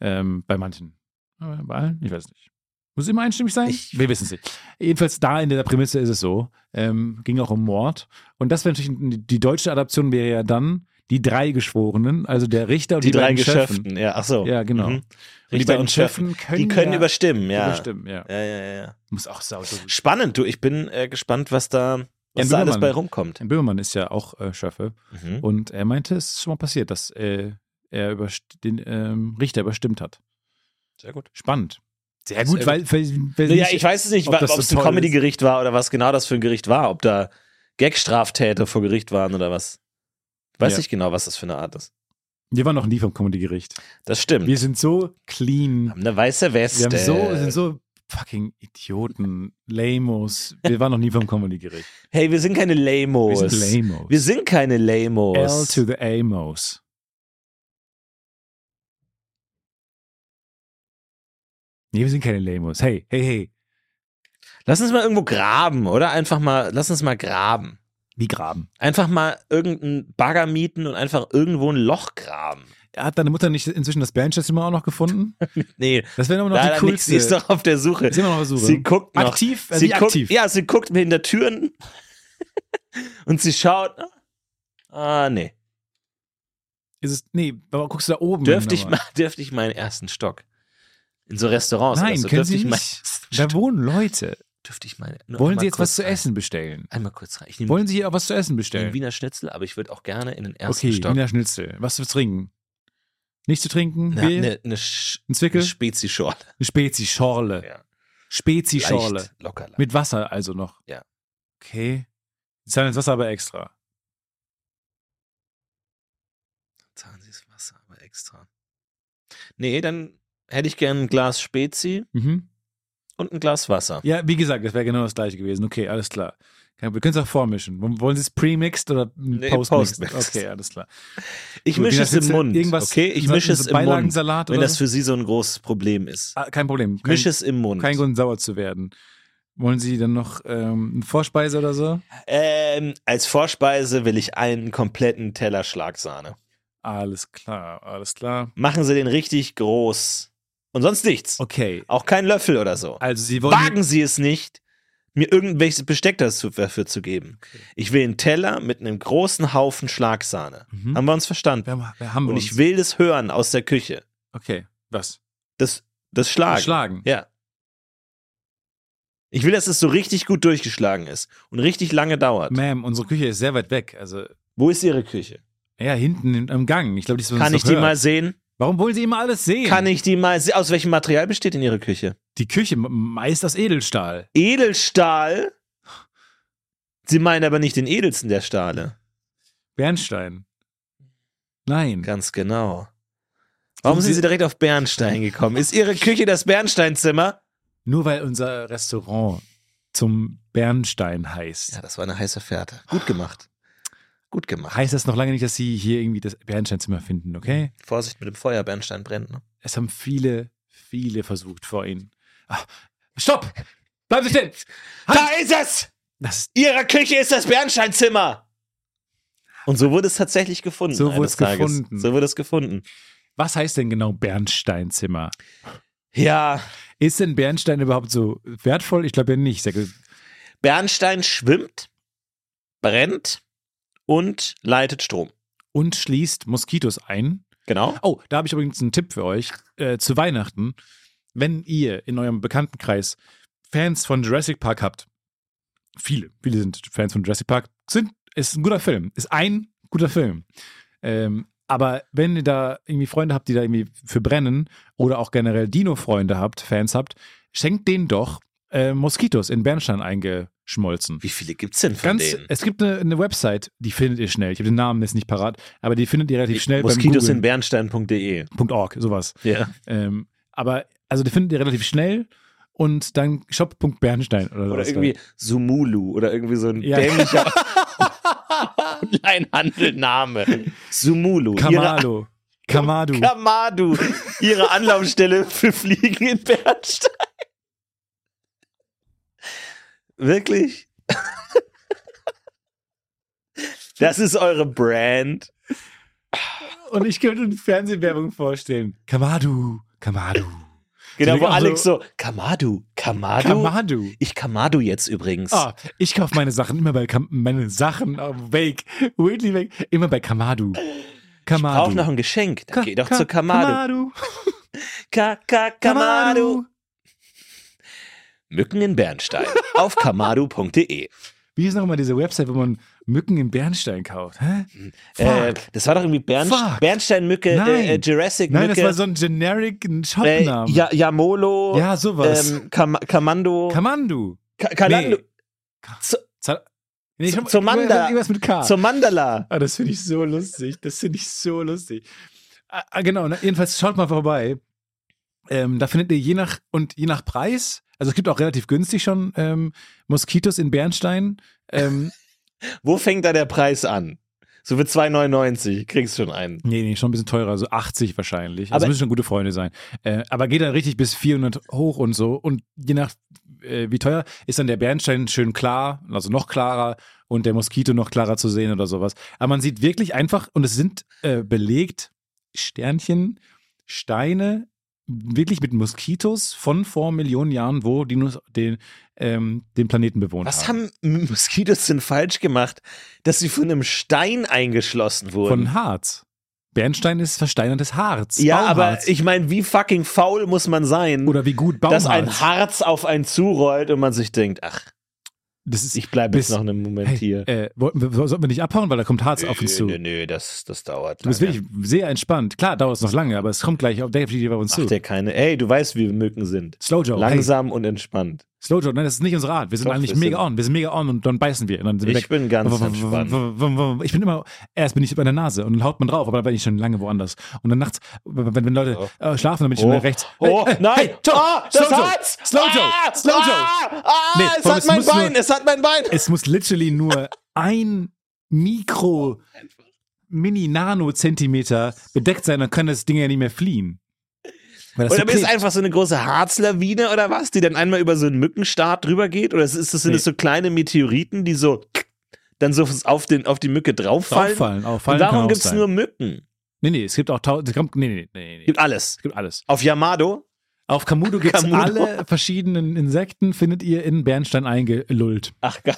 Ähm, bei manchen. Aber Bei allen? Ich weiß nicht. Muss es immer einstimmig sein?
Ich-
Wir wissen es nicht. Jedenfalls da in der Prämisse ist es so. Ähm, ging auch um Mord. Und das wäre natürlich, die deutsche Adaption wäre ja dann die drei Geschworenen, also der Richter und
Die,
die,
drei
beiden Schöffen.
Geschöpften, ja, ach so.
Ja, genau.
Mhm.
Und die
Richter
beiden
und Schöffen.
Schöffen können,
Die können
ja
überstimmen, ja.
überstimmen, ja.
Ja, ja, ja, ja.
Muss auch sau.
Spannend, du, ich bin äh, gespannt, was
Jan
da, was da alles
Böhmermann.
bei rumkommt.
Herr Böhmermann ist ja auch äh, Schöffe.
Mhm.
Und er meinte, es ist schon mal passiert, dass äh, er überst- den ähm, Richter überstimmt hat.
Sehr gut.
Spannend. Sehr
gut.
weil, weil, weil
Ja,
nicht-
ich weiß es nicht,
ob
ob
das so
es ein
toll
Comedy-Gericht war oder was genau das für ein Gericht war, ob da Gag-Straftäter vor Gericht waren oder was. Weiß
Ja.
nicht genau, was das für eine Art ist.
Wir waren noch nie vom Comedy-Gericht.
Das stimmt. Wir
Wir sind so clean.
haben eine weiße Weste.
Wir haben so, sind so fucking Idioten, Lamos. Wir waren noch nie vom Comedy-Gericht.
hey, wir sind keine
Wir
Lamos.
sind Lamos.
Wir sind keine
L
Lamos.
to the Amos. Nee, wir sind keine Lamos. Hey, hey, hey.
Lass uns mal irgendwo graben, oder? Einfach mal, lass uns mal graben.
Wie graben?
Einfach mal irgendeinen Bagger mieten und einfach irgendwo ein Loch graben.
Hat deine Mutter nicht inzwischen das Banchester-Zimmer auch noch gefunden?
Nee,
Das wäre immer
[LAUGHS]
noch die
leider nicht.
coolste.
Sie ist doch auf der Suche.
Ist immer noch auf der Suche.
Sie guckt noch.
aktiv, also
sie
nicht
guckt,
aktiv.
Ja, sie guckt mir hinter Türen [LAUGHS] und sie schaut. Ah, nee.
Ist es, nee, aber guckst du da oben?
Dürfte ich,
hin,
mal,
aber-
dürfte ich meinen ersten Stock? In so Restaurants
Nein,
oder so.
können
Dürfte
Sie
ich meinen
nicht.
ersten
Da
Stock?
wohnen Leute.
Dürfte ich meinen. nur
Wollen
einmal
Sie jetzt
kurz
was zu
rein.
essen bestellen?
Einmal kurz rein. Ich nehme
Wollen Sie hier auch was zu essen
einen
bestellen?
Wiener Schnitzel, aber ich würde auch gerne in den ersten
Okay,
Stock.
Wiener Schnitzel. Was zu trinken? Nichts zu trinken?
Na, ne-
Bier?
eine eine, Sch
Ein
eine
Zwickel?
Spezi-Schorle.
Eine Spezi-Schorle.
Ja.
Spezi-Schorle.
Leicht, Locker. Leicht.
Mit Wasser also noch.
Ja.
Okay. Sie zahlen das Wasser aber extra.
Zahlen Sie das Wasser aber extra. Nee, dann hätte ich gerne ein Glas Spezi
Mhm.
und ein Glas Wasser.
Ja, wie gesagt, das wäre genau das gleiche gewesen. Okay, alles klar. Kein- Wir können es auch vormischen. Wollen Sie es pre-mixed oder
Nee,
post-mixed?
post-mixed.
okay, alles klar.
Ich
Gut,
mische
Wiener
es im
Schnitzel,
Mund.
Irgendwas,
okay, ich
so-
mische
so
es im Mund.
Beilagensalat
Wenn
oder
das
so?
für Sie so ein großes Problem ist.
ah, Kein Problem. Kein,
Misch es im Mund.
kein Grund, sauer zu werden. Wollen Sie dann noch ähm, eine Vorspeise oder so?
Ähm, als Vorspeise will ich einen kompletten Teller Schlagsahne.
Alles klar, alles klar.
Machen Sie den richtig groß. Und sonst nichts.
Okay,
Auch kein Löffel oder so.
also Sie wollen...
Wagen Sie es nicht, mir irgendwelches Besteck dazu, dafür zu geben. Ich will einen Teller mit einem großen Haufen Schlagsahne.
Mhm.
Haben wir uns verstanden?
Wer, ma- wer haben wir
Und
uns?
ich will das hören aus der Küche.
Okay, was?
Das, das Schlagen.
Schlagen.
Ja. Ich will, dass es so richtig gut durchgeschlagen ist und richtig lange dauert.
Ma'am, unsere Küche ist sehr weit weg. Also,
Wo ist Ihre Küche?
ja, hinten im- am Gang. Ich glaube, die ist
Kann ich die mal sehen?
Warum wollen Sie immer alles sehen?
Kann ich die mal sehen? Aus welchem Material besteht denn Ihre Küche?
Die Küche me- meist aus Edelstahl.
Edelstahl? Sie meinen aber nicht den edelsten der Stahle.
Bernstein. Nein.
Ganz genau. Warum
Sie-
sind Sie direkt auf Bernstein gekommen? Ist Ihre Küche das Bernsteinzimmer?
Nur weil unser Restaurant zum Bernstein heißt.
Ja, das war eine heiße Fährte. Gut gemacht. Gut gemacht.
Heißt das noch lange nicht, dass Sie hier irgendwie das Bernsteinzimmer finden, okay?
Vorsicht mit dem Feuer, Bernstein brennt. Ne?
Es haben viele, viele versucht vor Ihnen. Ah, stopp! Bleiben Sie stehen!
Da ist es!
Das ist
Ihrer Küche ist das Bernsteinzimmer. Und so wurde es tatsächlich gefunden.
So wurde
eines
es
Tages.
gefunden.
So wurde es gefunden.
Was heißt denn genau Bernsteinzimmer?
Ja,
Ist denn Bernstein überhaupt so wertvoll? Ich glaube ja nicht. Sehr gut.
Bernstein schwimmt, brennt und leitet Strom.
Und schließt Moskitos ein.
Genau.
Oh, da habe ich übrigens einen Tipp für euch. Äh, zu Weihnachten, wenn ihr in eurem Bekanntenkreis Fans von Jurassic Park habt, viele, viele sind Fans von Jurassic Park, sind, ist ein guter Film, ist ein guter Film. Ähm, aber wenn ihr da irgendwie Freunde habt, die da irgendwie für brennen oder auch generell Dino-Freunde habt, Fans habt, schenkt denen doch äh, Moskitos in Bernstein eingeschmolzen.
Wie viele gibt's denn von
Ganz, äh,
denen?
es gibt eine, eine Website, die findet ihr schnell. Ich habe den Namen jetzt nicht parat, aber die findet ihr relativ schnell
Moskitos in
beim
Bernstein.de.
Googlen.org, sowas.
Ja.
Ähm, aber, also die findet ihr relativ schnell und dann shop.bernstein oder,
Oder
sowas.
irgendwie Sumulu oder irgendwie so ein
Ja. [LAUGHS]
dämlicher
[LAUGHS]
Online-Handelname. Sumulu. Ihre,
Kamalo. Kamadu.
Kamadu. Ihre Anlaufstelle für Fliegen in Bernstein. Wirklich? [LAUGHS] Das ist eure Brand.
Und ich könnte eine Fernsehwerbung vorstellen. Kamadu. Kamadu.
Genau, wo
Deswegen auch
Alex so, Kamadu, Kamadu.
Kamadu.
Ich Kamadu jetzt übrigens.
Ah, ich kaufe meine Sachen immer bei Kam meine Sachen auf Wake, Weirdly Wake, immer bei Kamadu. Kamadu.
Brauch noch ein Geschenk. Dann
Ka-
geh doch
Ka-
zu Kamadu.
Kamadu.
Ka -ka Kamadu. Mücken in Bernstein.
[LAUGHS]
Auf kamadu.de.
Wie ist noch mal diese Website, wo man Mücken im Bernstein kauft? Hä?
Äh,
Fuck.
das war doch irgendwie Bern
Fuck.
Bernsteinmücke,
Nein.
äh, äh, Jurassic
Nein,
Mücke.
das war so ein generic
äh,
Shopname.
ja Jamolo.
Ja, sowas.
Ähm, Kam Kamando.
Kamandu.
Ka Kalando.
Nee.
Z-
Zal- Nee, ich
Z-
hab-
Zomanda.
Irgendwas mit K.
Zur Mandala.
Ah, das finde ich so lustig. Das finde ich so lustig. Ah, ah, genau, ne? jedenfalls schaut mal vorbei. Ähm, da findet ihr je nach und je nach Preis, also es gibt auch relativ günstig schon ähm, Moskitos in Bernstein. Ähm,
Wo fängt da der Preis an? So für 2,99 kriegst schon einen.
nee, nee, schon ein bisschen teurer, so 80 wahrscheinlich. Also
Aber-
müssen schon gute Freunde sein. Äh, aber geht dann richtig bis 400 hoch und so. Und je nach äh, wie teuer ist dann der Bernstein schön klar, also noch klarer und der Moskito noch klarer zu sehen oder sowas. Aber man sieht wirklich einfach, und es sind äh, belegt Sternchen, Steine, wirklich mit Moskitos von vor Millionen Jahren, wo Dinos den, ähm, den Planeten bewohnt
Was
haben.
haben Moskitos denn falsch gemacht, dass sie von einem Stein eingeschlossen wurden?
Von Harz. Bernstein ist versteinertes Harz.
ja,
Baumharz.
aber ich meine, wie fucking faul muss man sein,
Oder wie gut
dass ein
Baumharz.
Harz auf einen zurollt und man sich denkt, ach,
Das ist,
ich bleibe jetzt
Bis-
noch einen Moment
hey,
hier.
äh, wollten wir, sollten wir nicht abhauen, weil da kommt Harz auf uns
nö,
zu.
nö, nö, das, das dauert.
Du bist wirklich sehr entspannt. Klar, dauert es noch lange, aber es kommt gleich auf definitiv auf uns
Macht
zu.
der keine. Ey, du weißt, wie Mücken sind.
Slow Joe. Hey,
Langsam und entspannt.
Slow Joe, nein, das ist nicht unsere Art. Wir sind
Doch,
eigentlich
wir sind-
mega on. Wir sind mega on und dann beißen wir. Und dann sind wir
Ich bin ganz entspannt.
weg. Ich bin immer, erst bin ich bei der Nase und dann haut man drauf, aber dann bin ich schon lange woanders. Und dann nachts, wenn, wenn Leute äh, schlafen, dann bin ich schon
Oh,
wieder rechts.
oh
Hey, hey,
nein!
hey, Joe,
ah,
Slow
das
Joe,
Harz!
Slow Joe!
Ah,
Slow Joe!
Ah, ah,
Nee,
es
komm,
hat
es
mein
muss nur-
Bein! Es hat mein Bein!
Es muss literally nur ein Mikro,
Oh.
Mini-Nano-Zentimeter bedeckt sein, dann kann das Ding ja nicht mehr fliehen. Weil das
Oder
so
ist es
klebt.
einfach so eine große Harzlawine oder was, die dann einmal über so einen Mückenstab drüber geht? Oder ist es, sind es
Nee.
so kleine Meteoriten, die so dann so auf, den, auf die Mücke drauffallen?
auffallen.
Und
auffallen
darum
gibt
gibt es nur Mücken.
Nee, nee, es gibt auch tausend. es kommt- Nee, nee, nee, nee, nee.
Gibt alles.
Es gibt alles.
Auf Yamado?
Auf Kamudo gibt es
Kamudo.
alle verschiedenen Insekten, findet ihr in Bernstein eingelullt.
Ach, gar.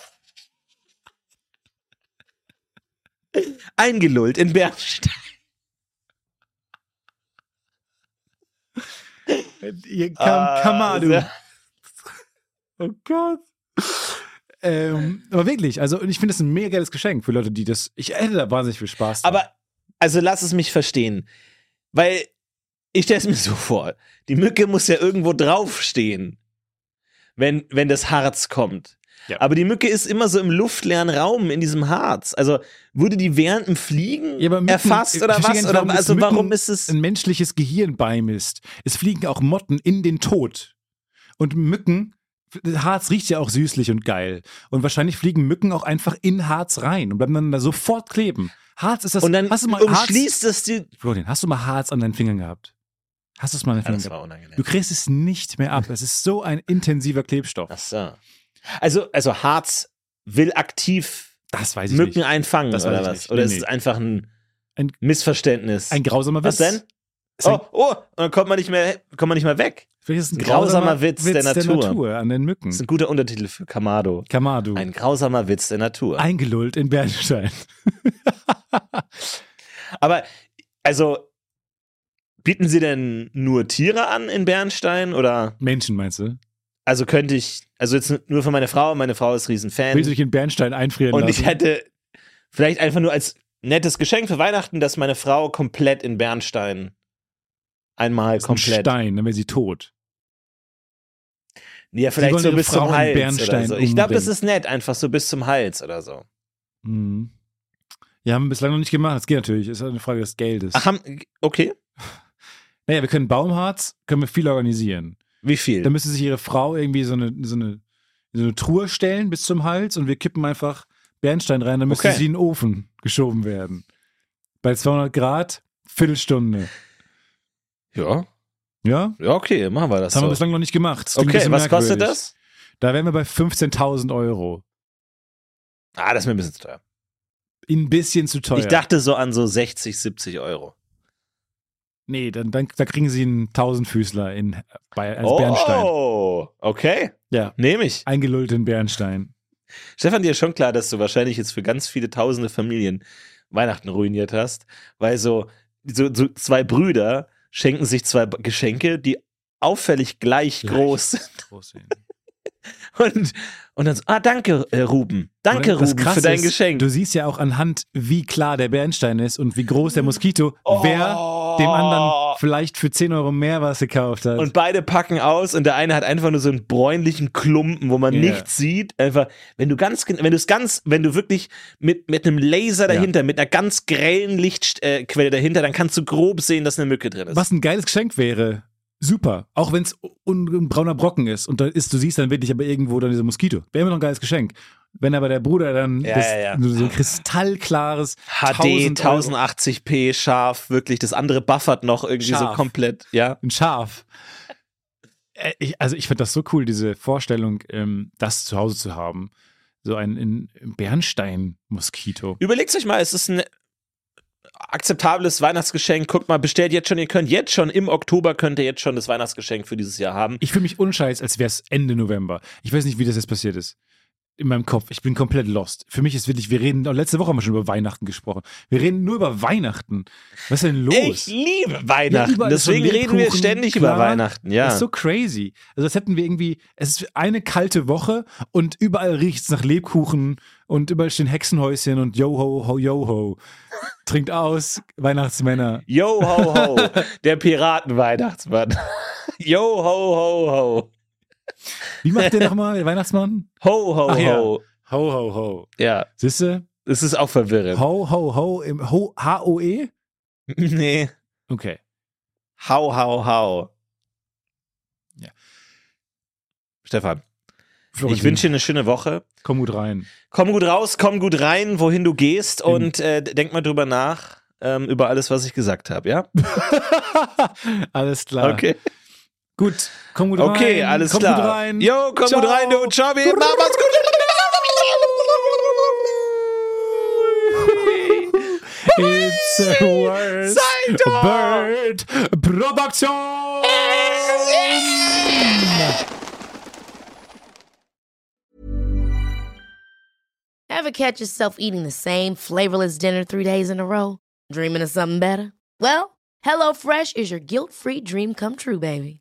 [LAUGHS] Eingelullt in Bernstein.
Ihr Kam
Ah,
Kamadu.
sehr-
Oh Gott. ähm, aber wirklich, also und ich finde das ein mega geiles Geschenk für Leute, die das. Ich hätte da wahnsinnig viel Spaß. dran.
Aber, also lass es mich verstehen. Weil ich stelle es mir so vor: Die Mücke muss ja irgendwo draufstehen, wenn, wenn das Harz kommt.
Ja.
Aber die Mücke ist immer so im luftleeren Raum in diesem Harz. Also wurde die während dem Fliegen
Ja, aber Mücken- äh,
erfasst
ich
oder
verstehe gar
was?
nicht,
oder
warum das
also warum
Mücken-
ist es?
ein menschliches Gehirn beimisst. Es fliegen auch Motten in den Tod. Und Mücken, Harz riecht ja auch süßlich und geil. Und wahrscheinlich fliegen Mücken auch einfach in Harz rein und bleiben dann da sofort kleben. Harz ist das.
Und dann
hast du mal Harz,
umschließt es die.
Florian, hast du mal Harz an deinen Fingern gehabt? Hast du es mal an den
Ah,
Fingern
das
gehabt?
war unangenehm.
Du kriegst es nicht mehr ab. Es ist so ein intensiver Klebstoff.
Ach so. Also, also Harz will aktiv
Das weiß ich
Mücken
nicht.
einfangen
Das weiß
oder
ich
was?
nicht.
Oder
Nee,
ist
nee.
es einfach ein,
Ein-
Missverständnis?
Ein grausamer
was
Witz.
denn?
Ist
Oh,
ein,
oh, und dann kommt man nicht mehr, kommt man nicht mehr weg.
vielleicht ist es ein
grausamer
grausamer,
Witz der
der
Natur.
Natur an den Mücken.
Das ist ein guter Untertitel für Kamado.
Kamadu.
Ein grausamer Witz der Natur.
Eingelullt in
[LAUGHS]
Bernstein.
Aber, also, bieten sie denn nur Tiere an in Bernstein? Oder,
Menschen meinst du?
also könnte ich, also jetzt nur für meine Frau, meine Frau ist Riesenfan.
Willst du dich in Bernstein einfrieren
Und
lassen?
ich hätte vielleicht einfach nur als nettes Geschenk für Weihnachten, dass meine Frau komplett in Bernstein einmal
Das ist Ein
komplett.
Stein, dann wäre sie tot.
Ja,
Sie
vielleicht
wollen
so
ihre
bis
Frau
zum
in
Hals.
Bernstein
oder so. Ich glaube, das
umbringen.
ist nett, einfach so bis zum Hals oder so.
Mhm. Ja, haben wir bislang noch nicht gemacht. Das geht natürlich. Ist halt eine Frage des Geldes.
Ach, haben- okay.
Naja, wir können Baumharz, können wir viel organisieren.
Wie viel?
Da müsste sich ihre Frau irgendwie so eine, so eine, so eine Truhe stellen bis zum Hals und wir kippen einfach Bernstein rein. Dann müsste
Okay.
sie in den Ofen geschoben werden. Bei 200 Grad, Viertelstunde.
Ja,
Ja?
ja, okay, machen wir das.
Das haben wir
so.
bislang noch nicht gemacht. Das klingt ein
Okay,
bisschen
was kostet
merkwürdig.
das?
Da wären wir bei 15.000 Euro.
Ah, das ist mir ein bisschen zu teuer.
Ein bisschen zu teuer.
Ich dachte so an so 60, 70 Euro.
Nee, dann, dann, da kriegen sie einen Tausendfüßler in, bei, als Bernstein.
oh, okay. [LAUGHS]
Ja.
Nehme ich.
Eingelullt in Bernstein.
Stefan, dir ist schon klar, dass du wahrscheinlich jetzt für ganz viele tausende Familien Weihnachten ruiniert hast, weil so, so, so zwei Brüder schenken sich zwei B- Geschenke, die auffällig gleich groß [LAUGHS] sind.
Groß sehen.
Und, und dann so, ah, danke, äh, Ruben. Danke,
Und das
Ruben,
Krasse
für dein
ist,
Geschenk.
Du siehst ja auch anhand, wie klar der Bernstein ist und wie groß der Moskito, wer
Oh.
dem anderen vielleicht für 10 Euro mehr was gekauft hat.
Und beide packen aus und der eine hat einfach nur so einen bräunlichen Klumpen, wo man
Ja.
nichts sieht. Einfach, wenn du ganz, gen- wenn du es ganz, wenn du wirklich mit, mit einem Laser
Ja.
dahinter, mit einer ganz grellen Lichtquelle äh, Quelle dahinter, dann kannst du grob sehen, dass eine Mücke drin ist.
was ein geiles Geschenk wäre. Super. Auch wenn es ein brauner Brocken ist und da ist, du siehst dann wirklich aber irgendwo dann dieser Moskito. Wäre immer noch ein geiles Geschenk. Wenn aber der Bruder dann
Ja,
das,
ja, ja.
so ein kristallklares
HD
1000 Euro-
1080p scharf, wirklich. Das andere buffert noch irgendwie so
Scharf.
komplett, ja.
ein Schaf. Äh, Ich, also ich finde das so cool, diese Vorstellung, ähm, das zu Hause zu haben. So ein, ein Bernstein-Moskito.
Überlegt euch mal, es ist ein akzeptables Weihnachtsgeschenk. Guckt mal, bestellt jetzt schon, ihr könnt jetzt schon, im Oktober könnt ihr jetzt schon das Weihnachtsgeschenk für dieses Jahr haben.
Ich fühle mich unscheiß, als wäre es Ende November. Ich weiß nicht, wie das jetzt passiert ist. In meinem Kopf. Ich bin komplett lost. Für mich ist wirklich, wir reden, oh, letzte Woche haben wir schon über Weihnachten gesprochen. Wir reden nur über Weihnachten. Was ist denn los?
Ich liebe
Ja,
Weihnachten.
überall ist
Deswegen
so
reden wir
Lebkuchen,
ständig über
klar.
Weihnachten, ja.
Das ist so crazy. Also als hätten wir irgendwie, es ist eine kalte Woche und überall riecht es nach Lebkuchen und überall stehen Hexenhäuschen und yo ho ho yo ho. Trinkt aus, Weihnachtsmänner.
Yo ho ho,
[LAUGHS]
der Piratenweihnachtsmann. [LAUGHS] Yo ho ho ho.
Wie macht der nochmal, der Weihnachtsmann?
Ho ho
Ach ja.
ho. Ähm.
Ho ho ho.
Ja,
Siehste?
es ist auch verwirrend.
Ho ho ho im ho E? H-O-E?
[LAUGHS] Nee.
Okay.
Hau, hau, hau.
Ja.
Stefan,
Florentin,
ich wünsche dir eine schöne Woche.
Komm gut rein. [LAUGHS]
Komm gut raus, komm gut rein, wohin du gehst
Mhm.
und äh, denk mal drüber nach, ähm, über alles, was ich gesagt habe, ja?
alles klar. Gut, komm gut rein.
Okay, alles
komm
klar.
Gut rein.
Jo, komm
Ciao.
gut rein, du Chubby. Mach's gut.
It's a worst
Salto!
Bird Produktion.
Ever catch yourself eating the same flavorless dinner three days in a row? Dreaming of something better? Well, HelloFresh is your guilt free dream come true, baby.